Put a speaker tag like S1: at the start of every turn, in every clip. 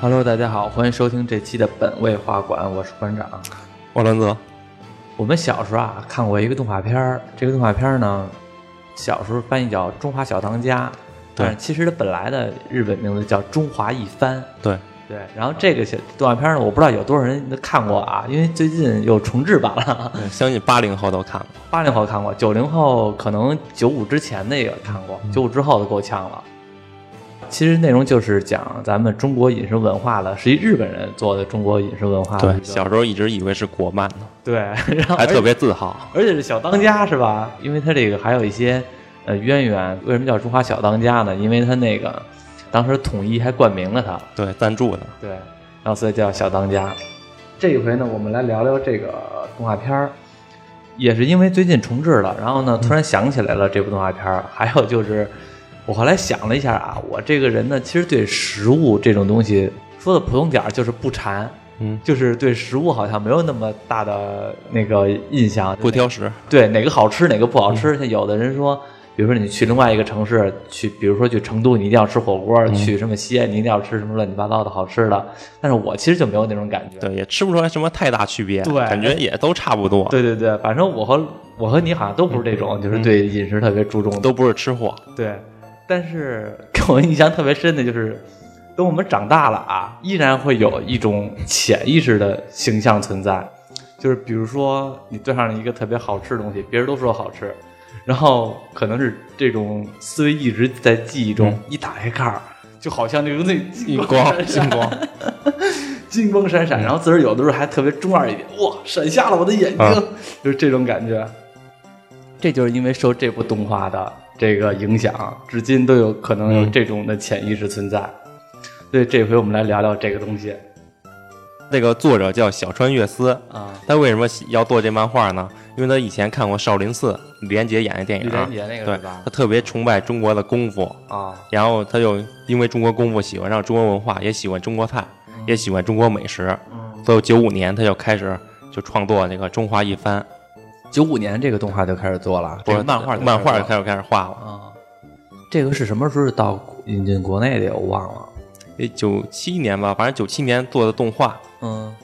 S1: Hello，大家好，欢迎收听这期的本位画馆，我是馆长。
S2: 奥兰泽，
S1: 我们小时候啊看过一个动画片儿，这个动画片儿呢，小时候翻译叫《中华小当家》，但是其实它本来的日本名字叫《中华一番》。
S2: 对，
S1: 对，然后这个小动画片儿呢，我不知道有多少人看过啊，因为最近又重制版了。
S2: 对相信八零后都看过。
S1: 八零后看过，九零后可能九五之前的也看过，九五之后的够呛了。其实内容就是讲咱们中国饮食文化了，是一日本人做的中国饮食文化的一个。
S2: 啊小时候一直以为是国漫呢，
S1: 对， 然后
S2: 还
S1: 而且
S2: 特别自豪。
S1: 而且是小当家是吧？因为他这个还有一些呃渊源。为什么叫中华小当家呢？因为他那个当时统一还冠名了他，
S2: 对，赞助的，
S1: 对，然后所以叫小当家。这一回呢，我们来聊聊这个动画片儿，也是因为最近重置了，然后呢，
S2: 嗯
S1: 突然想起来了这部动画片儿。还有就是，我后来想了一下啊，我这个人呢，其实对食物这种东西说的普通点儿就是不馋，
S2: 嗯，
S1: 就是对食物好像没有那么大的那个印象，
S2: 不挑食。
S1: 对哪个好吃哪个不好吃。像有的人说，比如说你去另外一个城市，去比如说去成都，你一定要吃火锅；去什么西安，你一定要吃什么乱七八糟的好吃的。但是我其实就没有那种感觉。
S2: 对，也吃不出来什么太大区别，
S1: 对
S2: 感觉也都差不多，
S1: 对对对反正我和我和你好像都不是这种，就是对饮食特别注重的。
S2: 都不是吃货。
S1: 对，但是给我印象特别深的就是，等我们长大了啊，依然会有一种潜意识的形象存在，就是比如说你对上了一个特别好吃的东西，别人都说好吃，然后可能是这种思维一直在记忆中，一打开盖儿，就好像那个那金
S2: 光
S1: 金嗯光。金光闪闪，然后自个儿有的时候还特别中二一点，哇，闪瞎了我的眼睛，
S2: 啊
S1: 就是这种感觉。这就是因为受这部动画的这个影响，至今都有可能有
S2: 嗯
S1: 这种的潜意识存在。嗯所以这回我们来聊聊这个东西
S2: 这个作者叫小川悦司，
S1: 啊，
S2: 他为什么喜要做这漫画呢？因为他以前看过少林寺李连杰演的电
S1: 李
S2: 影，
S1: 连杰那个
S2: 对
S1: 是吧
S2: 他？特别崇拜中国的功夫，
S1: 啊，
S2: 然后他又因为中国功夫喜欢上中国文化，也喜欢中国菜，也喜欢中国美食。
S1: 嗯，
S2: 所以九五年他就开始就创作那个《中华一番》，
S1: 九五年这个动画就开始做了，这
S2: 不是
S1: 个漫画就
S2: 漫画
S1: 开
S2: 就
S1: 始做
S2: 开始开始画了。
S1: 了啊。这个是什么时候到引进国内的？我忘了。
S2: 诶，九七年吧，反正九七年做的动画，
S1: 嗯，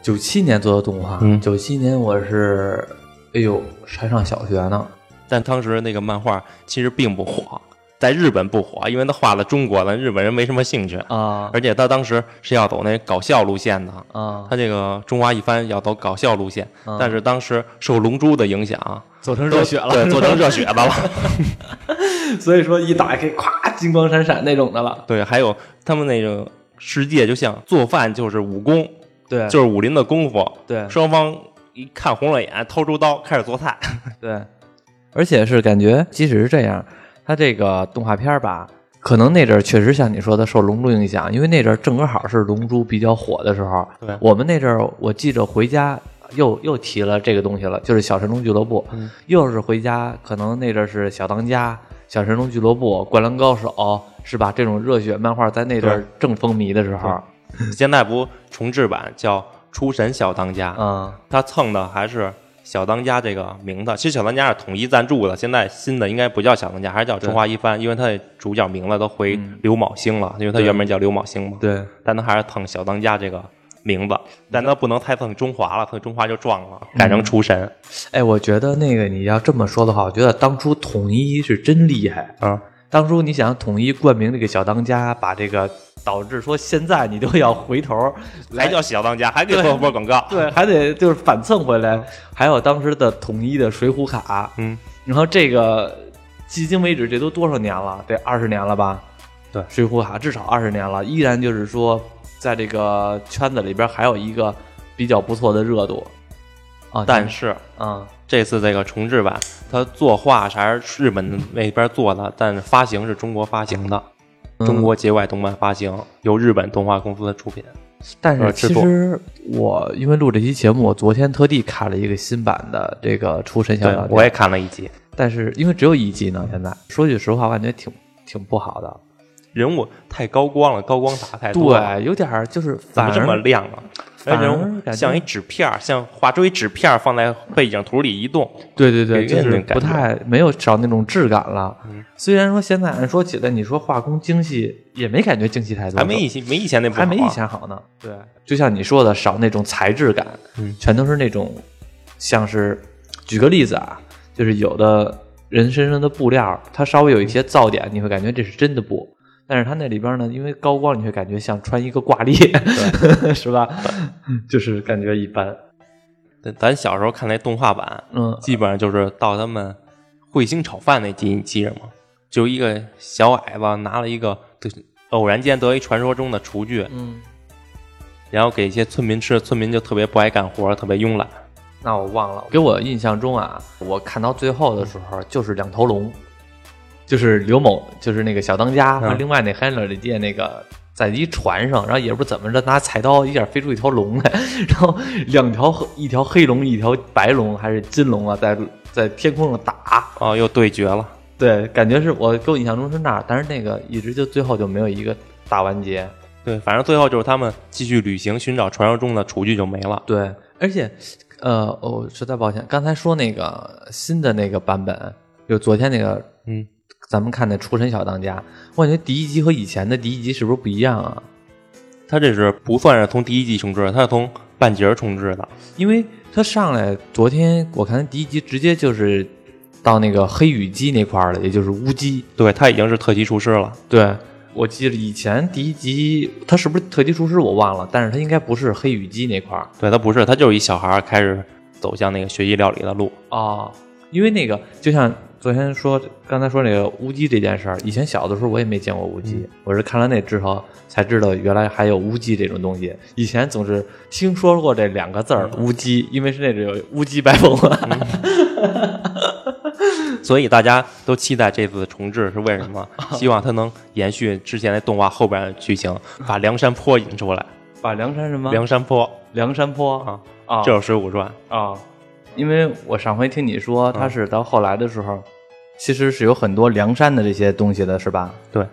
S1: 九七年做的动画，
S2: 嗯
S1: 九七年我是，哎呦，还上小学呢。
S2: 但当时那个漫画其实并不火，在日本不火，因为他画了中国的，日本人没什么兴趣。
S1: 啊
S2: 而且他当时是要走那搞笑路线的，
S1: 啊，
S2: 他这个《中华一番》要走搞笑路线，
S1: 嗯
S2: 但是当时受《龙珠》的影响，
S1: 做成
S2: 都对，做成 热血的了。
S1: 所以说一打开，咵，金光闪闪那种的了。
S2: 对，还有他们那个世界，就像做饭就是武功，
S1: 对
S2: 就是武林的功夫，
S1: 对
S2: 双方一看红了眼，掏出刀开始做菜。
S1: 对，而且是感觉，即使是这样，它这个动画片儿吧，可能那阵儿确实像你说的受《龙珠》影响，因为那阵儿正好是《龙珠》比较火的时候。
S2: 对
S1: 我们那阵儿，我记着回家又又提了这个东西了，就是小神龙俱乐部，又是回家，可能那阵儿是小当家、小神龙俱乐部、灌篮高手，是吧？这种热血漫画在那阵儿
S2: 对
S1: 正风靡的时候，
S2: 现在不重制版叫《出神小当家》，
S1: 嗯
S2: 他蹭的还是小当家这个名字。其实小当家是统一赞助的，现在新的应该不叫小当家，还是叫中华一番，因为他的主角名字都回刘卯星了，因为他原名叫刘卯星嘛。，
S1: 嗯对。嗯
S2: 但他还是蹭小当家这个名字，但他不能太蹭中华了，蹭中华就撞了，改成出神。
S1: 哎，我觉得那个你要这么说的话，我觉得当初统一是真厉害。
S2: 啊，
S1: 当初你想统一冠名这个小当家，把这个导致说现在你都要回头
S2: 还叫小当家，还给做波广告。
S1: 对，还得就是反蹭回来。还有当时的统一的水浒卡，
S2: 嗯，
S1: 然后这个迄今为止这都多少年了？得二十年了吧？
S2: 对
S1: 水浒卡至少二十年了，依然就是说在这个圈子里边还有一个比较不错的热度啊。
S2: 但是
S1: 啊，
S2: 这次这个重制版，它作画还是日本那边做的，但是发行是中国发行的，
S1: 嗯
S2: 中国界外动漫发行，由日本动画公司出品。
S1: 但是
S2: 呃
S1: 其
S2: 制作
S1: 实我因为录这期节目，我昨天特地看了一个新版的这个《出神小
S2: 对
S1: 当，家
S2: 我也看了一集，
S1: 但是因为只有一季呢，现在说句实话，我感觉挺挺不好的。
S2: 人物太高光了，高光打太多了，
S1: 对，有点儿就是
S2: 怎
S1: 反
S2: 么
S1: 而
S2: 这么亮啊？
S1: 反而
S2: 人物
S1: 感觉
S2: 像一纸片儿，像画出一纸片儿放在背景图里一动，
S1: 对对对，
S2: 给
S1: 就
S2: 人
S1: 是
S2: 那种感嗯
S1: 不太没有找那种质感了。虽然说现在按说起来，你说画工精细也没感觉精细太多，
S2: 还没以前没以前那部好
S1: 还
S2: 啊
S1: 没以前好呢。对，就像你说的，少那种材质感，
S2: 嗯
S1: 全都是那种像是举个例子啊，就是有的人身上的布料，它稍微有一些噪点，你会感觉这是真的布。但是它那里边呢，因为高光，你会感觉像穿一个挂历， 是吧？就是感觉一般。
S2: 咱咱小时候看那动画版，
S1: 嗯，
S2: 基本上就是到他们彗星炒饭那集，你记着吗？就一个小矮子拿了一个，对偶然间得一传说中的厨具，
S1: 嗯，
S2: 然后给一些村民吃，村民就特别不爱干活，特别慵懒。
S1: 那我忘了。给我印象中啊，我看到最后的时候就是两头龙，就是刘某，就是那个小当家和
S2: 嗯
S1: 另外那黑脸里界那个。在一船上，然后也不知道怎么着，拿菜刀一下飞出一条龙来，然后两条黑一条黑龙，一条白龙还是金龙啊，在在天空上打，
S2: 哦，又对决了。
S1: 对，感觉是我给我印象中是那儿，但是那个一直就最后就没有一个大完结，
S2: 对，反正最后就是他们继续旅行，寻找传说中的厨具就没了。
S1: 对，而且，呃，哦，实在抱歉，刚才说那个新的那个版本，就昨天那个，
S2: 嗯，
S1: 咱们看的《厨神小当家》，我感觉第一集和以前的第一集是不是不一样啊？
S2: 他这是不算是从第一季重置，他是从半截儿重置的。
S1: 因为他上来，昨天我看第一集直接就是到那个黑羽鸡那块儿了，也就是乌鸡。
S2: 对他已经是特级厨师了。
S1: 对，我记得以前第一集他是不是特级厨师我忘了，但是他应该不是黑羽鸡那块儿。
S2: 对他不是，他就是一小孩儿开始走向那个学习料理的路。
S1: 哦，因为那个就像昨天说，刚才说那个乌鸡这件事儿，以前小的时候我也没见过乌鸡，
S2: 嗯
S1: 我是看了那之后才知道原来还有乌鸡这种东西。以前总是听说过这两个字儿“
S2: 嗯
S1: 乌鸡”，因为是那种有乌鸡白凤啊凰。
S2: 嗯所以大家都期待这次的重置是为什么？希望它能延续之前的动画后边的剧情，把梁山坡引出来。
S1: 把梁山什么
S2: 梁山坡
S1: 梁山坡
S2: 啊，
S1: 啊
S2: 这是《水浒传》，
S1: 啊，因为我上回听你
S2: 嗯
S1: 说他是到后来的时候，其实是有很多梁山的这些东西的，是吧？
S2: 对，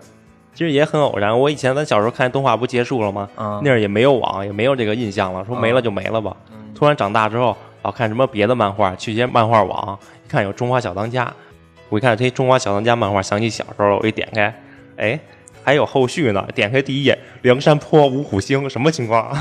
S2: 其实也很偶然。我以前咱小时候看动画不结束了吗？
S1: 嗯
S2: 那儿也没有网，也没有这个印象了，说没了就没了吧。突然长大之后，老看什么别的漫画，去一些漫画网，一看有《中华小当家》，我一看这《中华小当家》漫画，想起小时候了，我一点开，哎。还有后续呢！点开第一页，梁山坡五虎星，什么情况？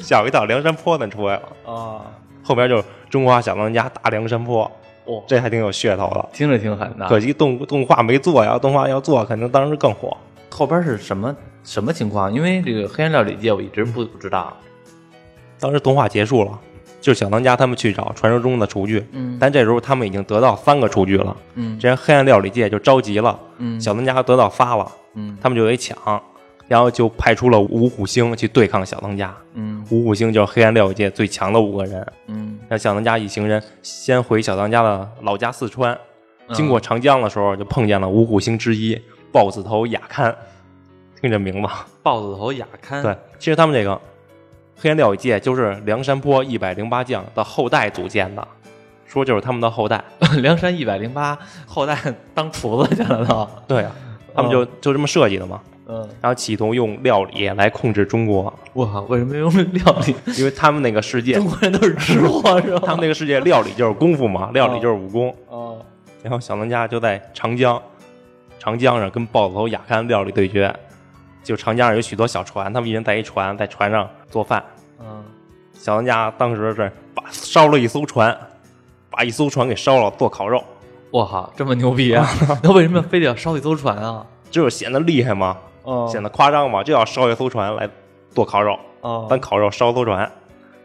S2: 吓我一跳，梁山坡呢出来了，
S1: 啊，
S2: 后边就是中华小当家大梁山坡，
S1: 哦，
S2: 这还挺有噱头的。
S1: 听着挺狠的。
S2: 可惜动动画没做呀，动画要做，肯定当时更火。
S1: 后边是什么什么情况？因为这个黑暗料理界我一直不不知道。
S2: 当时动画结束了，就是小当家他们去找传说中的厨具，
S1: 嗯
S2: 但这时候他们已经得到三个厨具了。
S1: 嗯
S2: 这人黑暗料理界就着急了，
S1: 嗯
S2: 小当家得到仨了，
S1: 嗯
S2: 他们就得抢，然后就派出了五虎星去对抗小当家。
S1: 嗯
S2: 五虎星就是黑暗料理界最强的五个人。
S1: 嗯，
S2: 让小当家一行人先回小当家的老家四川，
S1: 嗯
S2: 经过长江的时候，就碰见了五虎星之一豹子头雅堪，听这名字。
S1: 豹子头雅堪
S2: 对，其实他们这个黑暗料理界就是梁山泊一百零八将的后代组建的，说就是他们的后代。
S1: 对，梁山一百零八后代当厨子去了都。
S2: 对啊，他们就、就这么设计的嘛。
S1: 嗯，
S2: 然后企图用料理来控制中国，
S1: 我靠，为什么用料理？
S2: 因为他们那个世界
S1: 中，国人都是吃货是吧？
S2: 他们那个世界料理就是功夫嘛，料理就是武功。
S1: 哦，
S2: 然后小当家就在长江，长江上跟豹子头雅堪料理对决。就长江上有许多小船，他们一人在一船，在船上做饭。
S1: 嗯，
S2: 小当家当时是把烧了一艘船，把一艘船给烧了做烤肉，
S1: 我靠，这么牛逼啊！那为什么非得要烧一艘船啊？
S2: 这就是显得厉害嘛，
S1: 哦
S2: 显得夸张嘛，就要烧一艘船来做烤肉，
S1: 哦
S2: 当烤肉烧艘船。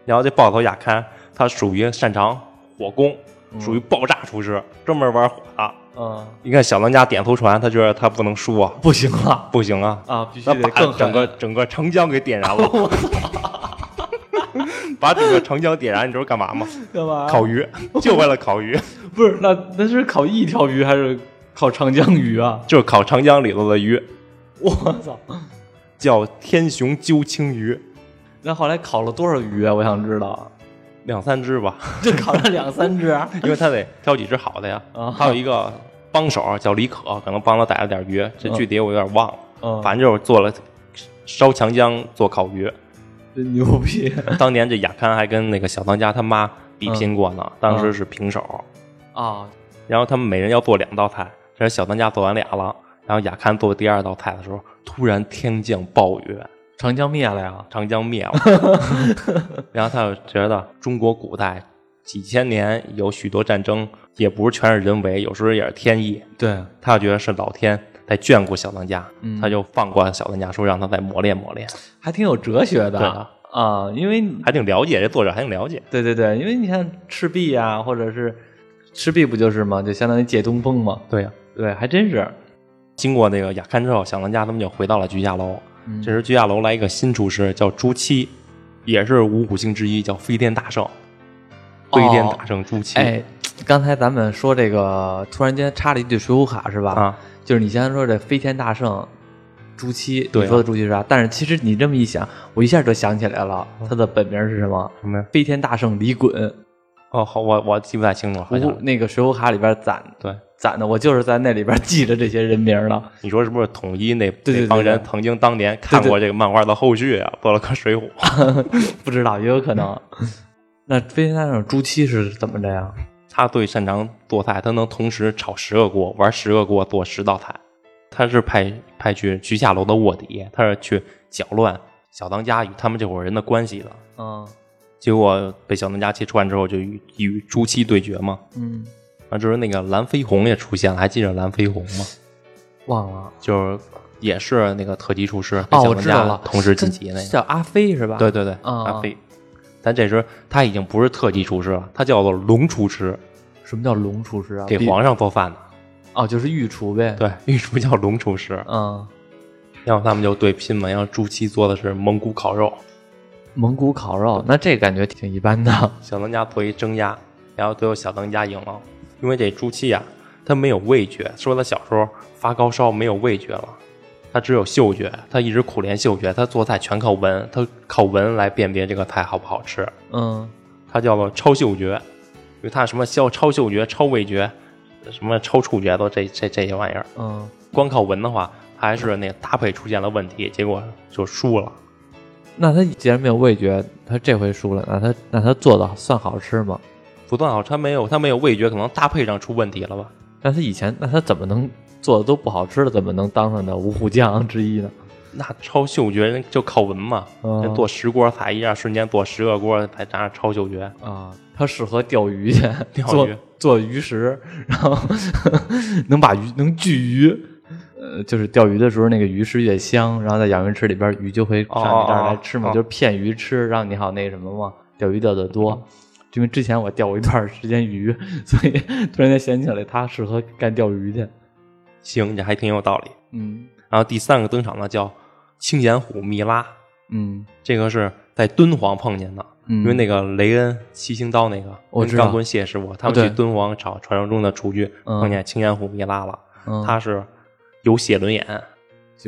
S2: 然后这爆头雅堪，他属于擅长火攻，属于爆炸厨师，专门玩火的。
S1: 嗯，
S2: 你看小当家点艘船，他觉得他不能输啊，
S1: 不行了
S2: 不行啊，
S1: 啊，必须
S2: 那
S1: 得
S2: 把
S1: 更狠
S2: 整个整个长江给点 燃了。把整个长江点燃，你知道干嘛吗？
S1: 干嘛
S2: 烤鱼，就为了烤鱼。
S1: 不是那那是烤一条鱼还是烤长江鱼啊？
S2: 就是烤长江里头的鱼，
S1: 我操！
S2: 叫天雄揪青鱼，
S1: 那后来烤了多少鱼啊？我想知道，
S2: 两三只吧，
S1: 就烤了两三只。
S2: 因为他得挑几只好的呀
S1: 啊。
S2: 还有一个帮手叫李可，可能帮他逮了点鱼，这
S1: 嗯
S2: 具体我有点忘了。
S1: 嗯，
S2: 反正就是做了烧强姜做烤鱼。
S1: 真牛逼
S2: 当年这雅康还跟那个小当家他妈比拼过
S1: 嗯
S2: 呢，当时是平手。
S1: 啊！
S2: 然后他们每人要做两道菜，这是小当家做完俩了，然后雅康做第二道菜的时候，突然天降暴雨，
S1: 长江灭了呀！
S2: 长 江灭了。然后他就觉得中国古代几千年有许多战争，也不是全是人为，有时候也是天意。
S1: 对，
S2: 他就觉得是老天在眷顾小当家，
S1: 嗯
S2: 他就放过小当家，说让他再磨练磨练，
S1: 还挺有哲学的
S2: 对的
S1: 啊，因为
S2: 还挺了解这作者，还挺了解。
S1: 对对对，因为你看赤壁啊，或者是赤壁不就是吗？就相当于借东风嘛。
S2: 对呀、
S1: 对，啊还真是。
S2: 经过那个雅康之后，小当家他们就回到了居下楼。
S1: 嗯
S2: 这时居下楼来一个新厨师，叫朱七，也是五虎星之一，叫飞天大圣。飞天大圣朱七、
S1: 哦哎，刚才咱们说这个，突然间插了一句《水浒卡》是吧？，
S2: 啊，
S1: 就是你先说这飞天大圣朱七，
S2: 对啊
S1: 你说的朱七是啥？但是其实你这么一想，我一下就想起来了，他的本名是什么？
S2: 什么呀？
S1: 飞天大圣李衮，
S2: 哦，好，我我记不太清楚了，好
S1: 我
S2: 像。
S1: 那个《水浒卡》里边攒
S2: 对，
S1: 攒的，我就是在那里边记着这些人名了。
S2: 你说是不是统一那
S1: 对对
S2: 那帮
S1: 对
S2: 人曾经当年看过这个漫画的后续啊，做了个《水浒》
S1: 不知道，也有可能。那飞天大圣朱七是怎么着呀？
S2: 他最擅长做菜，他能同时炒十个锅，玩十个锅做十道菜。他是派派去徐下楼的卧底，他是去搅乱小当家与他们这伙人的关系的。
S1: 嗯
S2: 结果被小当家揭穿之后，就与与朱七对决嘛。
S1: 嗯，
S2: 啊，就是那个蓝飞鸿也出现了，还记得蓝飞鸿吗？
S1: 忘了。
S2: 就是也是那个特级厨师，
S1: 哦，
S2: 小
S1: 我
S2: 当
S1: 知道
S2: 家
S1: 了，
S2: 同时晋级那
S1: 这
S2: 个。
S1: 叫阿飞是吧？
S2: 对对对，
S1: 啊
S2: 阿飞。但这时他已经不是特级厨师了，他叫做龙厨师，
S1: 什么叫龙厨师啊？
S2: 给
S1: 比
S2: 皇上做饭呢。
S1: 哦，就是御厨呗。，
S2: 对，御厨叫龙厨师。
S1: 嗯，
S2: 然后他们就对拼嘛，然后朱七做的是蒙古烤肉，
S1: 蒙古烤肉，那这感觉挺一般的。
S2: 小当家做一蒸鸭，然后最后小当家赢了，因为这朱七呀、他没有味觉，说他小时候发高烧没有味觉了，他只有嗅觉，他一直苦练嗅觉，他做菜全靠闻，他靠闻来辨别这个菜好不好吃，
S1: 嗯，
S2: 他叫做超嗅觉，因为他什么消超嗅觉、超味觉，什么超触觉都这这这些玩意儿，
S1: 嗯，
S2: 光靠闻的话，他还是那个搭配出现了问题，结果就输了。
S1: 那他既然没有味觉，他这回输了，那他那他做的算好吃吗？
S2: 不算好，他没有他没有味觉，可能搭配上出问题了吧？
S1: 那他以前那他怎么能做的都不好吃的，怎么能当上的五虎将之一呢？
S2: 那超嗅觉人就靠闻嘛，
S1: 嗯
S2: 人做十锅菜一样，瞬间做十个锅，再加上超嗅觉，
S1: 啊，他适合钓鱼去，
S2: 钓
S1: 做
S2: 鱼
S1: 做鱼食，然后 能把鱼能聚鱼。呃，就是钓鱼的时候，那个鱼食越香，然后在养鱼池里边，鱼就会上你这儿来吃嘛，
S2: 哦哦哦
S1: 就是骗鱼吃，让你好那什么嘛，钓鱼钓得多。因为之前我钓过一段时间鱼， 所以突然间想起来，他适合干钓鱼去。
S2: 行，这还挺有道理。
S1: 嗯
S2: 然后第三个登场的叫青眼虎蜜拉，
S1: 嗯
S2: 这个是在敦煌碰见的，
S1: 嗯，
S2: 因为那个雷恩七星刀那个
S1: 我
S2: 跟
S1: 知道
S2: 钢棍谢师傅，他们
S1: 对
S2: 去敦煌找传说中的厨具，
S1: 嗯
S2: 碰见青眼虎蜜拉了，
S1: 嗯
S2: 他是有血轮眼，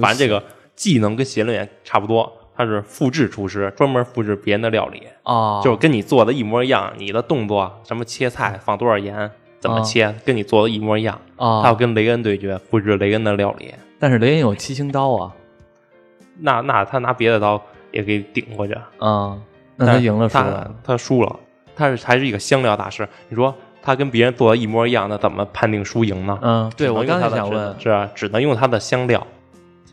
S2: 反正这个技能跟邪论眼差不多，他是复制厨师，专门复制别人的料理，
S1: 啊，
S2: 就是跟你做的一模一样，你的动作什么切
S1: 嗯
S2: 菜放多少盐，怎
S1: 哦
S2: 么切，跟你做的一模一样。他要
S1: 啊，
S2: 跟雷恩对决，复制雷恩的料理，
S1: 但是雷恩有七星刀啊，
S2: 那那他拿别的刀也给顶过去，
S1: 啊，那
S2: 但
S1: 他
S2: 是
S1: 赢了是
S2: 他
S1: 吧？
S2: 他输了，他是还是一个香料大师。你说他跟别人做的一模一样，那怎么判定输赢呢？
S1: 嗯，对我
S2: 只
S1: 刚
S2: 能用
S1: 才
S2: 他的
S1: 想
S2: 只
S1: 问，
S2: 是啊只能用他的香料，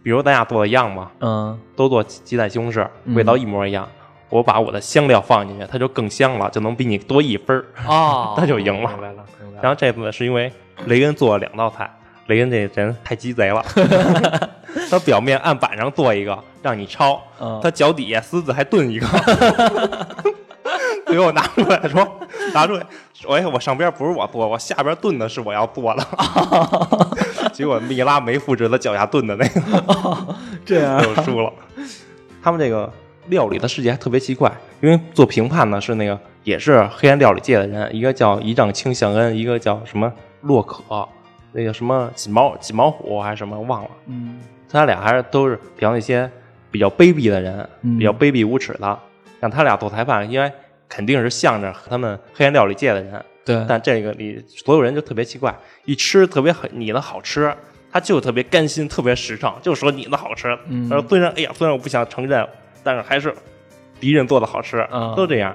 S2: 比如咱俩做的一样嘛，
S1: 嗯。
S2: 都做鸡蛋西红柿，
S1: 嗯
S2: 味道一模一样。我把我的香料放进去，它就更香了，就能比你多一分儿。
S1: 哦
S2: 那就赢了
S1: 明白了，明白
S2: 然
S1: 了。
S2: 后这次是因为雷恩做了两道菜，雷恩这人太鸡贼了，他表面案板上做一个让你抄，
S1: 嗯
S2: 他脚底下私自还炖一个，最后拿出来说拿出来，说哎，我上边不是我做，我下边炖的是我要做的。结果蜜拉没复制他脚下炖的那个。哦
S1: 这样
S2: 就输了。啊他们这个料理的世界还特别奇怪，因为做评判呢是那个也是黑暗料理界的人，一个叫一丈青向恩，一个叫什么洛可，那个什么锦毛锦毛虎还是什么忘了。
S1: 嗯
S2: 他俩还是都是比较那些比较卑鄙的人，
S1: 嗯
S2: 比较卑鄙无耻的，让他俩做裁判，因为肯定是向着他们黑暗料理界的人。
S1: 对，
S2: 但这个里所有人就特别奇怪，一吃特别很你的好吃，他就特别甘心，特别实诚，就说你的好吃。
S1: 嗯
S2: 他说虽然哎呀，虽然我不想承认，但是还是敌人做的好吃，
S1: 嗯
S2: 都这样。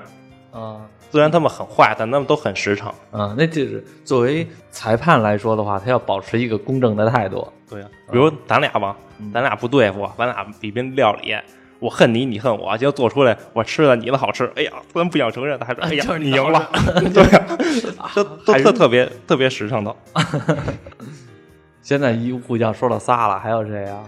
S1: 啊
S2: 虽然他们很坏，但他们都很实诚。
S1: 啊，那就是作为裁判来说的话，他要保持一个公正的态度。
S2: 对呀、比
S1: 嗯
S2: 如咱俩吧，咱俩不对付，咱俩比拼料理。我恨你，你恨我，结果做出来我吃了你的好吃，哎呀，虽然不想承认，但还是哎 呀，
S1: 就是
S2: 你
S1: 你
S2: 赢
S1: 好
S2: 了， 对呀、 都都
S1: 还是
S2: 特特别特别实诚的，
S1: 现在一武将说了仨了，还有谁啊？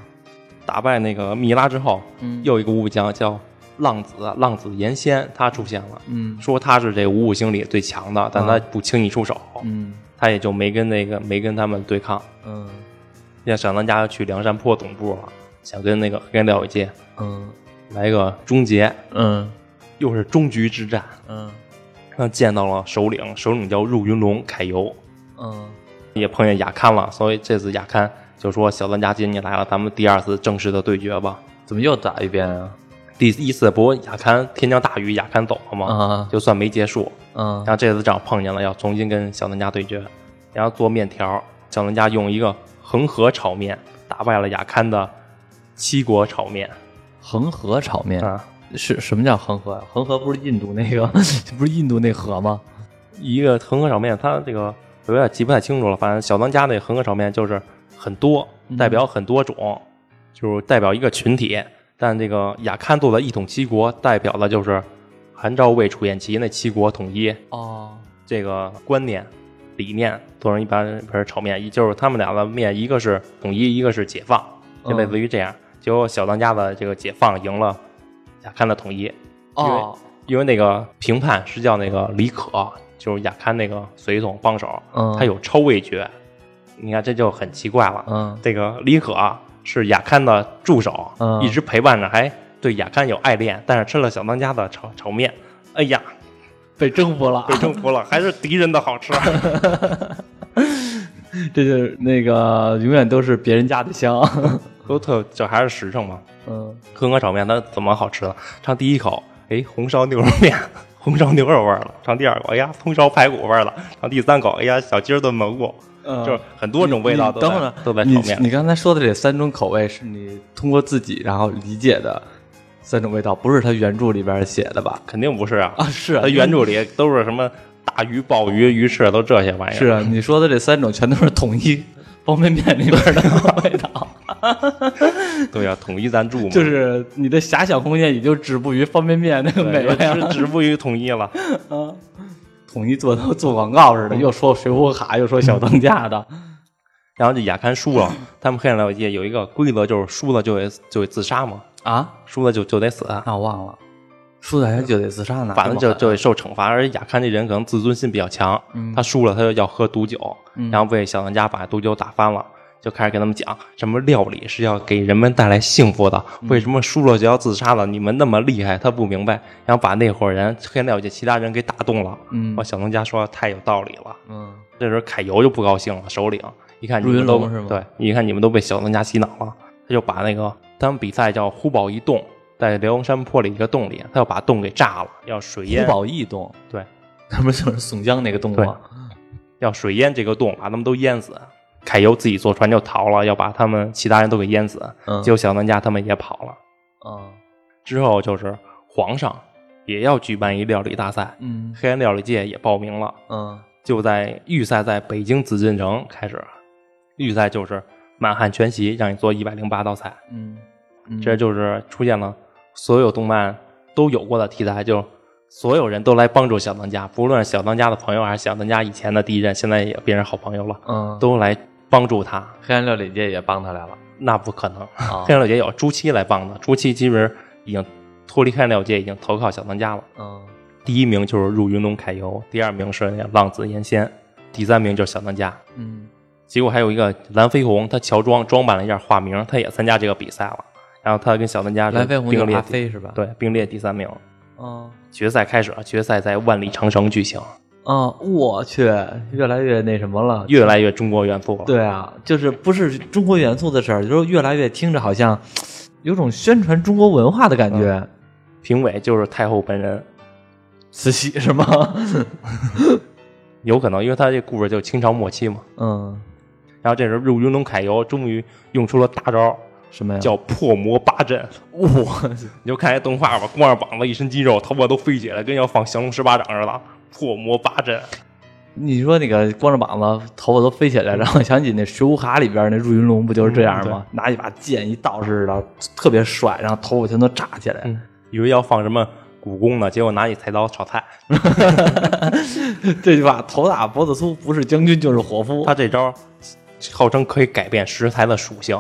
S2: 打败那个米拉之后，
S1: 嗯
S2: 又一个武将叫浪子，浪子岩仙他出现了，
S1: 嗯啊
S2: 说他是这个五五星里最强的，但他不轻易出手，
S1: 嗯
S2: 他也就没跟那个没跟他们对抗。
S1: 嗯
S2: 现在小当家去梁山泊总部了，想跟那个黑暗料理界
S1: 嗯
S2: 来个终结，
S1: 嗯
S2: 又是终局之战。
S1: 嗯
S2: 让见到了首领，首领叫入云龙凯游，
S1: 嗯
S2: 也碰见雅堪了，所以这次雅堪就说：“小当家，今天你来了，咱们第二次正式的对决吧。”
S1: 怎么又打一遍啊？
S2: 第一次不过雅堪天降大雨，雅堪走了嘛，
S1: 啊
S2: 就算没结束。
S1: 嗯
S2: 然后这次正好碰见了，要重新跟小当家对决，然后做面条，小当家用一个恒河炒面打败了雅堪的七国炒面
S1: 恒河炒面
S2: 啊，
S1: 是什么叫恒河呀？啊恒河不是印度那个， 不是印度那河吗？
S2: 一个恒河炒面，它这个我有点记不太清楚了，反正小当家那恒河炒面就是很多，代表很多种，就是代表一个群体。但这个雅堪做的一统七国，代表的就是韩赵魏楚燕齐那七国统一
S1: 哦，
S2: 这个观念、理念，做成一盘盆炒面，也就是他们俩的面，一个是统一，一个是解放，就
S1: 嗯
S2: 类似于这样。结果小当家的这个解放赢了雅堪的统一，
S1: 哦，
S2: 因为那个评判是叫那个李可，就是雅堪那个随从帮手，
S1: 嗯
S2: 他有超味觉，你看这就很奇怪了。
S1: 嗯
S2: 这个李可是雅堪的助手，
S1: 嗯
S2: 一直陪伴着，还对雅堪有爱恋，但是吃了小当家的炒炒面，哎呀，
S1: 被征服了
S2: 被，征服了，还是敌人的好吃。
S1: 这就是那个永远都是别人家的香。
S2: 都特这还是实诚嘛。
S1: 嗯
S2: 喝鹅炒面它怎么好吃呢？啊尝第一口，哎，红烧牛肉面， 红烧牛肉味儿了；尝第二口，哎呀，葱烧排骨味儿了；尝第三口，哎呀，小鸡儿炖蘑菇。
S1: 嗯
S2: 就是很多种味道
S1: 你
S2: 都
S1: 等会
S2: 在
S1: 儿啊
S2: 都在
S1: 你
S2: 炒面。
S1: 你刚才说的这三种口味是你通过自己然后理解的三种味道，不是他原著里边写的吧？
S2: 肯定不是啊，
S1: 啊，是啊
S2: 它原著里都是什么大鱼、鲍鱼、鱼翅，都这些玩意儿。
S1: 是啊，你说的这三种全都是统一方便面里边的味 道，
S2: 对呀、统一赞助嘛，
S1: 就是你的遐想空间已经止步于方便面那个美
S2: 对
S1: 味啊
S2: 就
S1: 了。
S2: 止止步于统一了。
S1: 啊，统一做都做广告似的，又说水浒卡，又说小当家的。
S2: 然后就雅堪输了，他们黑暗料理界有一个规则，就是输了就得就得自杀嘛，
S1: 啊，
S2: 输了就就得死。
S1: 那我忘了，输的人就得自杀呢。
S2: 反正
S1: 这
S2: 就
S1: 么狠
S2: 就得受惩罚。而且雅堪这人可能自尊心比较强，
S1: 嗯
S2: 他输了他就要喝毒酒，
S1: 嗯
S2: 然后被小当家把毒酒打翻了，就开始跟他们讲什么料理是要给人们带来幸福的，
S1: 嗯
S2: 为什么输了就要自杀了？你们那么厉害，他不明白，然后把那伙人黑暗料理界其他人给打动了。
S1: 嗯
S2: 我小当家说太有道理了。
S1: 嗯
S2: 这时候凯游就不高兴了，首领一看你
S1: 入
S2: 们
S1: 云
S2: 都
S1: 龙是吗
S2: 对，一看你们都被小当家洗脑了，他就把那个他们比赛叫呼保一洞，在辽山坡里一个洞里，他要把洞给炸了，要水淹
S1: 呼保义洞，
S2: 对，
S1: 那不就是宋江那个洞吗？
S2: 要水淹这个洞，把他们都淹死。凯游自己坐船就逃了，要把他们其他人都给淹死。
S1: 嗯
S2: 结果小当家他们也跑了。
S1: 啊，
S2: 之后就是皇上也要举办一料理大赛，
S1: 嗯
S2: 黑暗料理界也报名了。
S1: 嗯
S2: 就在预赛在北京紫禁城开始，预赛就是满汉全席，让你做一百零八道菜。
S1: 嗯嗯，
S2: 这就是出现了所有动漫都有过的题材，就所有人都来帮助小当家，不论是小当家的朋友还是小当家以前的敌人，现在也变成好朋友了，
S1: 嗯
S2: 都来帮助他。
S1: 黑暗料理界也帮他来 了
S2: 那不可能，
S1: 啊
S2: 黑暗料理界有朱七来帮的，朱七其实已经脱离黑暗料理界，已经投靠小当家了。
S1: 嗯
S2: 第一名就是入云龙凯游，第二名是那个浪子岩仙，第三名就是小当家。
S1: 嗯
S2: 结果还有一个蓝飞鸿，他乔装装扮了一下化名，他也参加这个比赛了。然后他跟小当家是
S1: 蓝飞鸿就
S2: 并
S1: 是
S2: 列
S1: 阿
S2: 第
S1: 飞是吧？，
S2: 对并列第三名。
S1: 嗯
S2: 决赛开始，决赛在万里长城举行，
S1: 啊，我去，越来越那什么了，
S2: 越来越中国元素了。，
S1: 对啊，就是不是中国元素的事儿，就是越来越听着好像有种宣传中国文化的感觉。
S2: 嗯评委就是太后本人，
S1: 慈禧是 吗？
S2: 有可能因为他这故事就清朝末期嘛。
S1: 嗯
S2: 然后这时候入云龙揩油终于用出了大招，
S1: 什么呀？
S2: 叫破魔八阵。
S1: 我
S2: 你就看这动画吧，光着膀子，一身肌肉，头发都飞起来，跟要放降龙十八掌似的。破魔八阵，
S1: 你说那个光着膀子，头发都飞起来，然后想起那《水浒卡》里边那入云龙不就是这样吗？拿一把剑，一道士的，特别帅，然后头发全都炸起来。
S2: 嗯以为要放什么古宫呢，结果拿起菜刀炒菜。
S1: 这句话头大脖子粗，不是将军就是伙夫。
S2: 他这招号称可以改变食材的属性，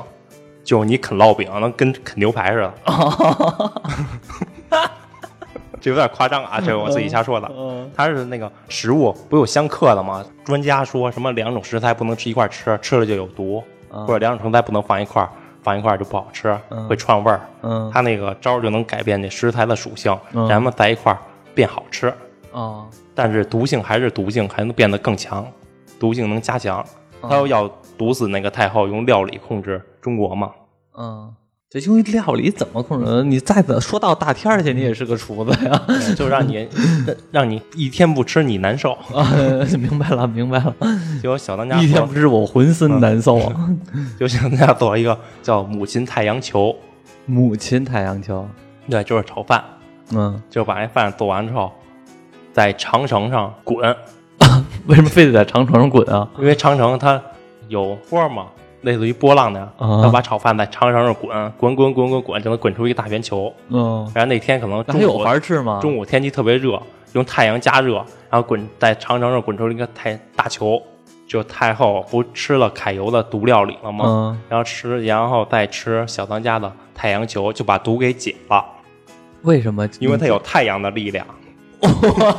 S2: 就是你啃烙饼能跟啃牛排似 的。这有点夸张啊，这是我自己瞎说的。
S1: 嗯
S2: 它是那个食物不有相克的吗？专家说什么两种食材不能吃一块儿吃，吃了就有毒，
S1: 嗯
S2: 或者两种食材不能放一块儿，放一块儿就不好吃，
S1: 嗯
S2: 会串味儿。
S1: 嗯
S2: 它那个招儿就能改变这食材的属性，
S1: 嗯
S2: 咱们在一块儿变好吃。
S1: 啊
S2: 但是毒性还是毒性，还能变得更强，毒性能加强。
S1: 嗯
S2: 他又要毒死那个太后，用料理控制中国 嘛？
S1: 嗯，这用料理怎么控制？你再怎说到大天儿去，你也是个厨子呀。
S2: 就让你让你一天不吃你 难受。
S1: 啊，明白了，明白了。
S2: 结果小当家
S1: 一天
S2: 做
S1: 不吃我浑身难受啊！
S2: 就小当家做了一个叫母亲太阳球，
S1: 母亲太阳球，
S2: 对，就是炒饭，
S1: 嗯，
S2: 就把那饭做完之后，在长城上滚，
S1: 为什么非得在长城上滚啊？
S2: 因为长城它有波嘛，类似于波浪那样，
S1: 啊
S2: 他把炒饭在长城上滚滚滚滚滚滚，就能滚出一个大圆球。
S1: 嗯，
S2: 然后那天可能
S1: 那
S2: 中
S1: 还有
S2: 午
S1: 玩吃吗？
S2: 中午天气特别热，用太阳加热，然后滚在长城上滚出了一个太大球。就太后不吃了揩油的毒料理了吗？
S1: 嗯
S2: 然后吃，然后再吃小当家的太阳球，就把毒给解了，
S1: 为什么？
S2: 因为它有太阳的力量。
S1: 嗯我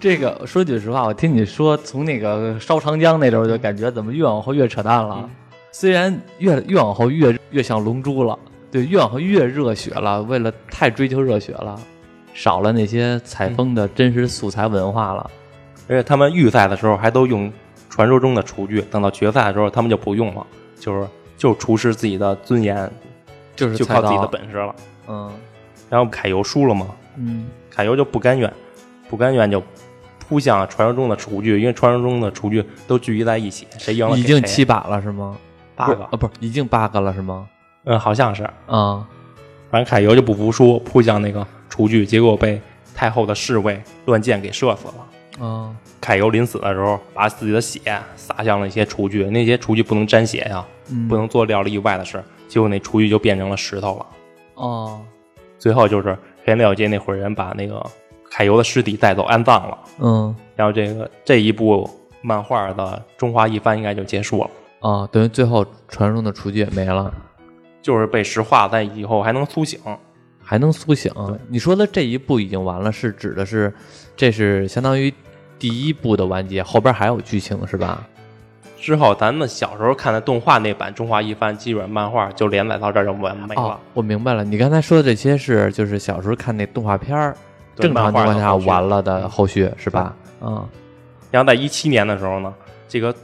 S1: 这个说句实话，我听你说从那个烧长江那时候就感觉怎么越往后越扯淡了。
S2: 嗯
S1: 虽然越越往后越越像龙珠了，对，越往后越热血了。为了太追求热血了，少了那些
S2: 嗯
S1: 采风的真实素材文化了。
S2: 而且他们预赛的时候还都用传说中的厨具，等到决赛的时候他们就不用了，就是就厨师自己的尊严，
S1: 就是
S2: 就
S1: 菜
S2: 靠
S1: 刀
S2: 自己的本事了。
S1: 嗯
S2: 然后揩油输了嘛，
S1: 嗯
S2: 揩油就不甘愿，不甘愿就扑向传说中的厨具，因为传说中的厨具都聚集在一起，谁赢了
S1: 已经
S2: 给谁啊
S1: 七把了是吗？
S2: 八
S1: 不
S2: 个
S1: 是，啊，不是已经八个了是吗？
S2: 嗯，好像是。
S1: 啊、
S2: 反正揩油就不服输，扑向那个厨具，结果被太后的侍卫乱箭给射死了。
S1: 啊、
S2: 揩油临死的时候，把自己的血洒向了一些厨具，那些厨具不能沾血呀、
S1: 嗯，
S2: 不能做料理以外的事，结果那厨具就变成了石头了。
S1: 哦，
S2: 最后就是田了结那伙人把那个揩油的尸体带走安葬了。
S1: 嗯
S2: 然后这个这一部漫画的中华一番应该就结束了，
S1: 啊，等于最后传说中的雏菊也没了。
S2: 就是被石化，但以后还能苏醒。
S1: 还能苏醒。你说的这一步已经完了，是指的是这是相当于第一步的完结，后边还有剧情是吧？
S2: 之后咱们小时候看的动画那版《中华一番》，基本漫画就连载到这儿就完没
S1: 哦
S2: 了。，
S1: 我明白了，你刚才说的这些是就是小时候看那动画片儿，
S2: 对
S1: 正常情况
S2: 漫
S1: 下
S2: 画的后续
S1: 完了的后续是吧？嗯，
S2: 然后在一七年的时候呢，这个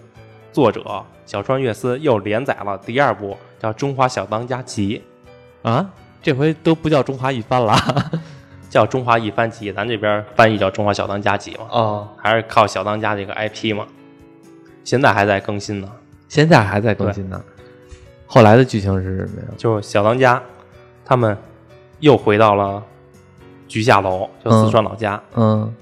S2: 作者小川悦司又连载了第二部叫《中华小当家集
S1: 啊，这回都不叫中华一番了。》，
S2: 叫《中华一番集》，咱这边翻译叫《中华小当家集》嘛，
S1: 哦，
S2: 还是靠小当家这个 IP 嘛。现在还在更新呢，
S1: 现在还在更新呢。后来的剧情是什么呀？
S2: 就是小当家他们又回到了菊下楼，就四川老家。
S1: 嗯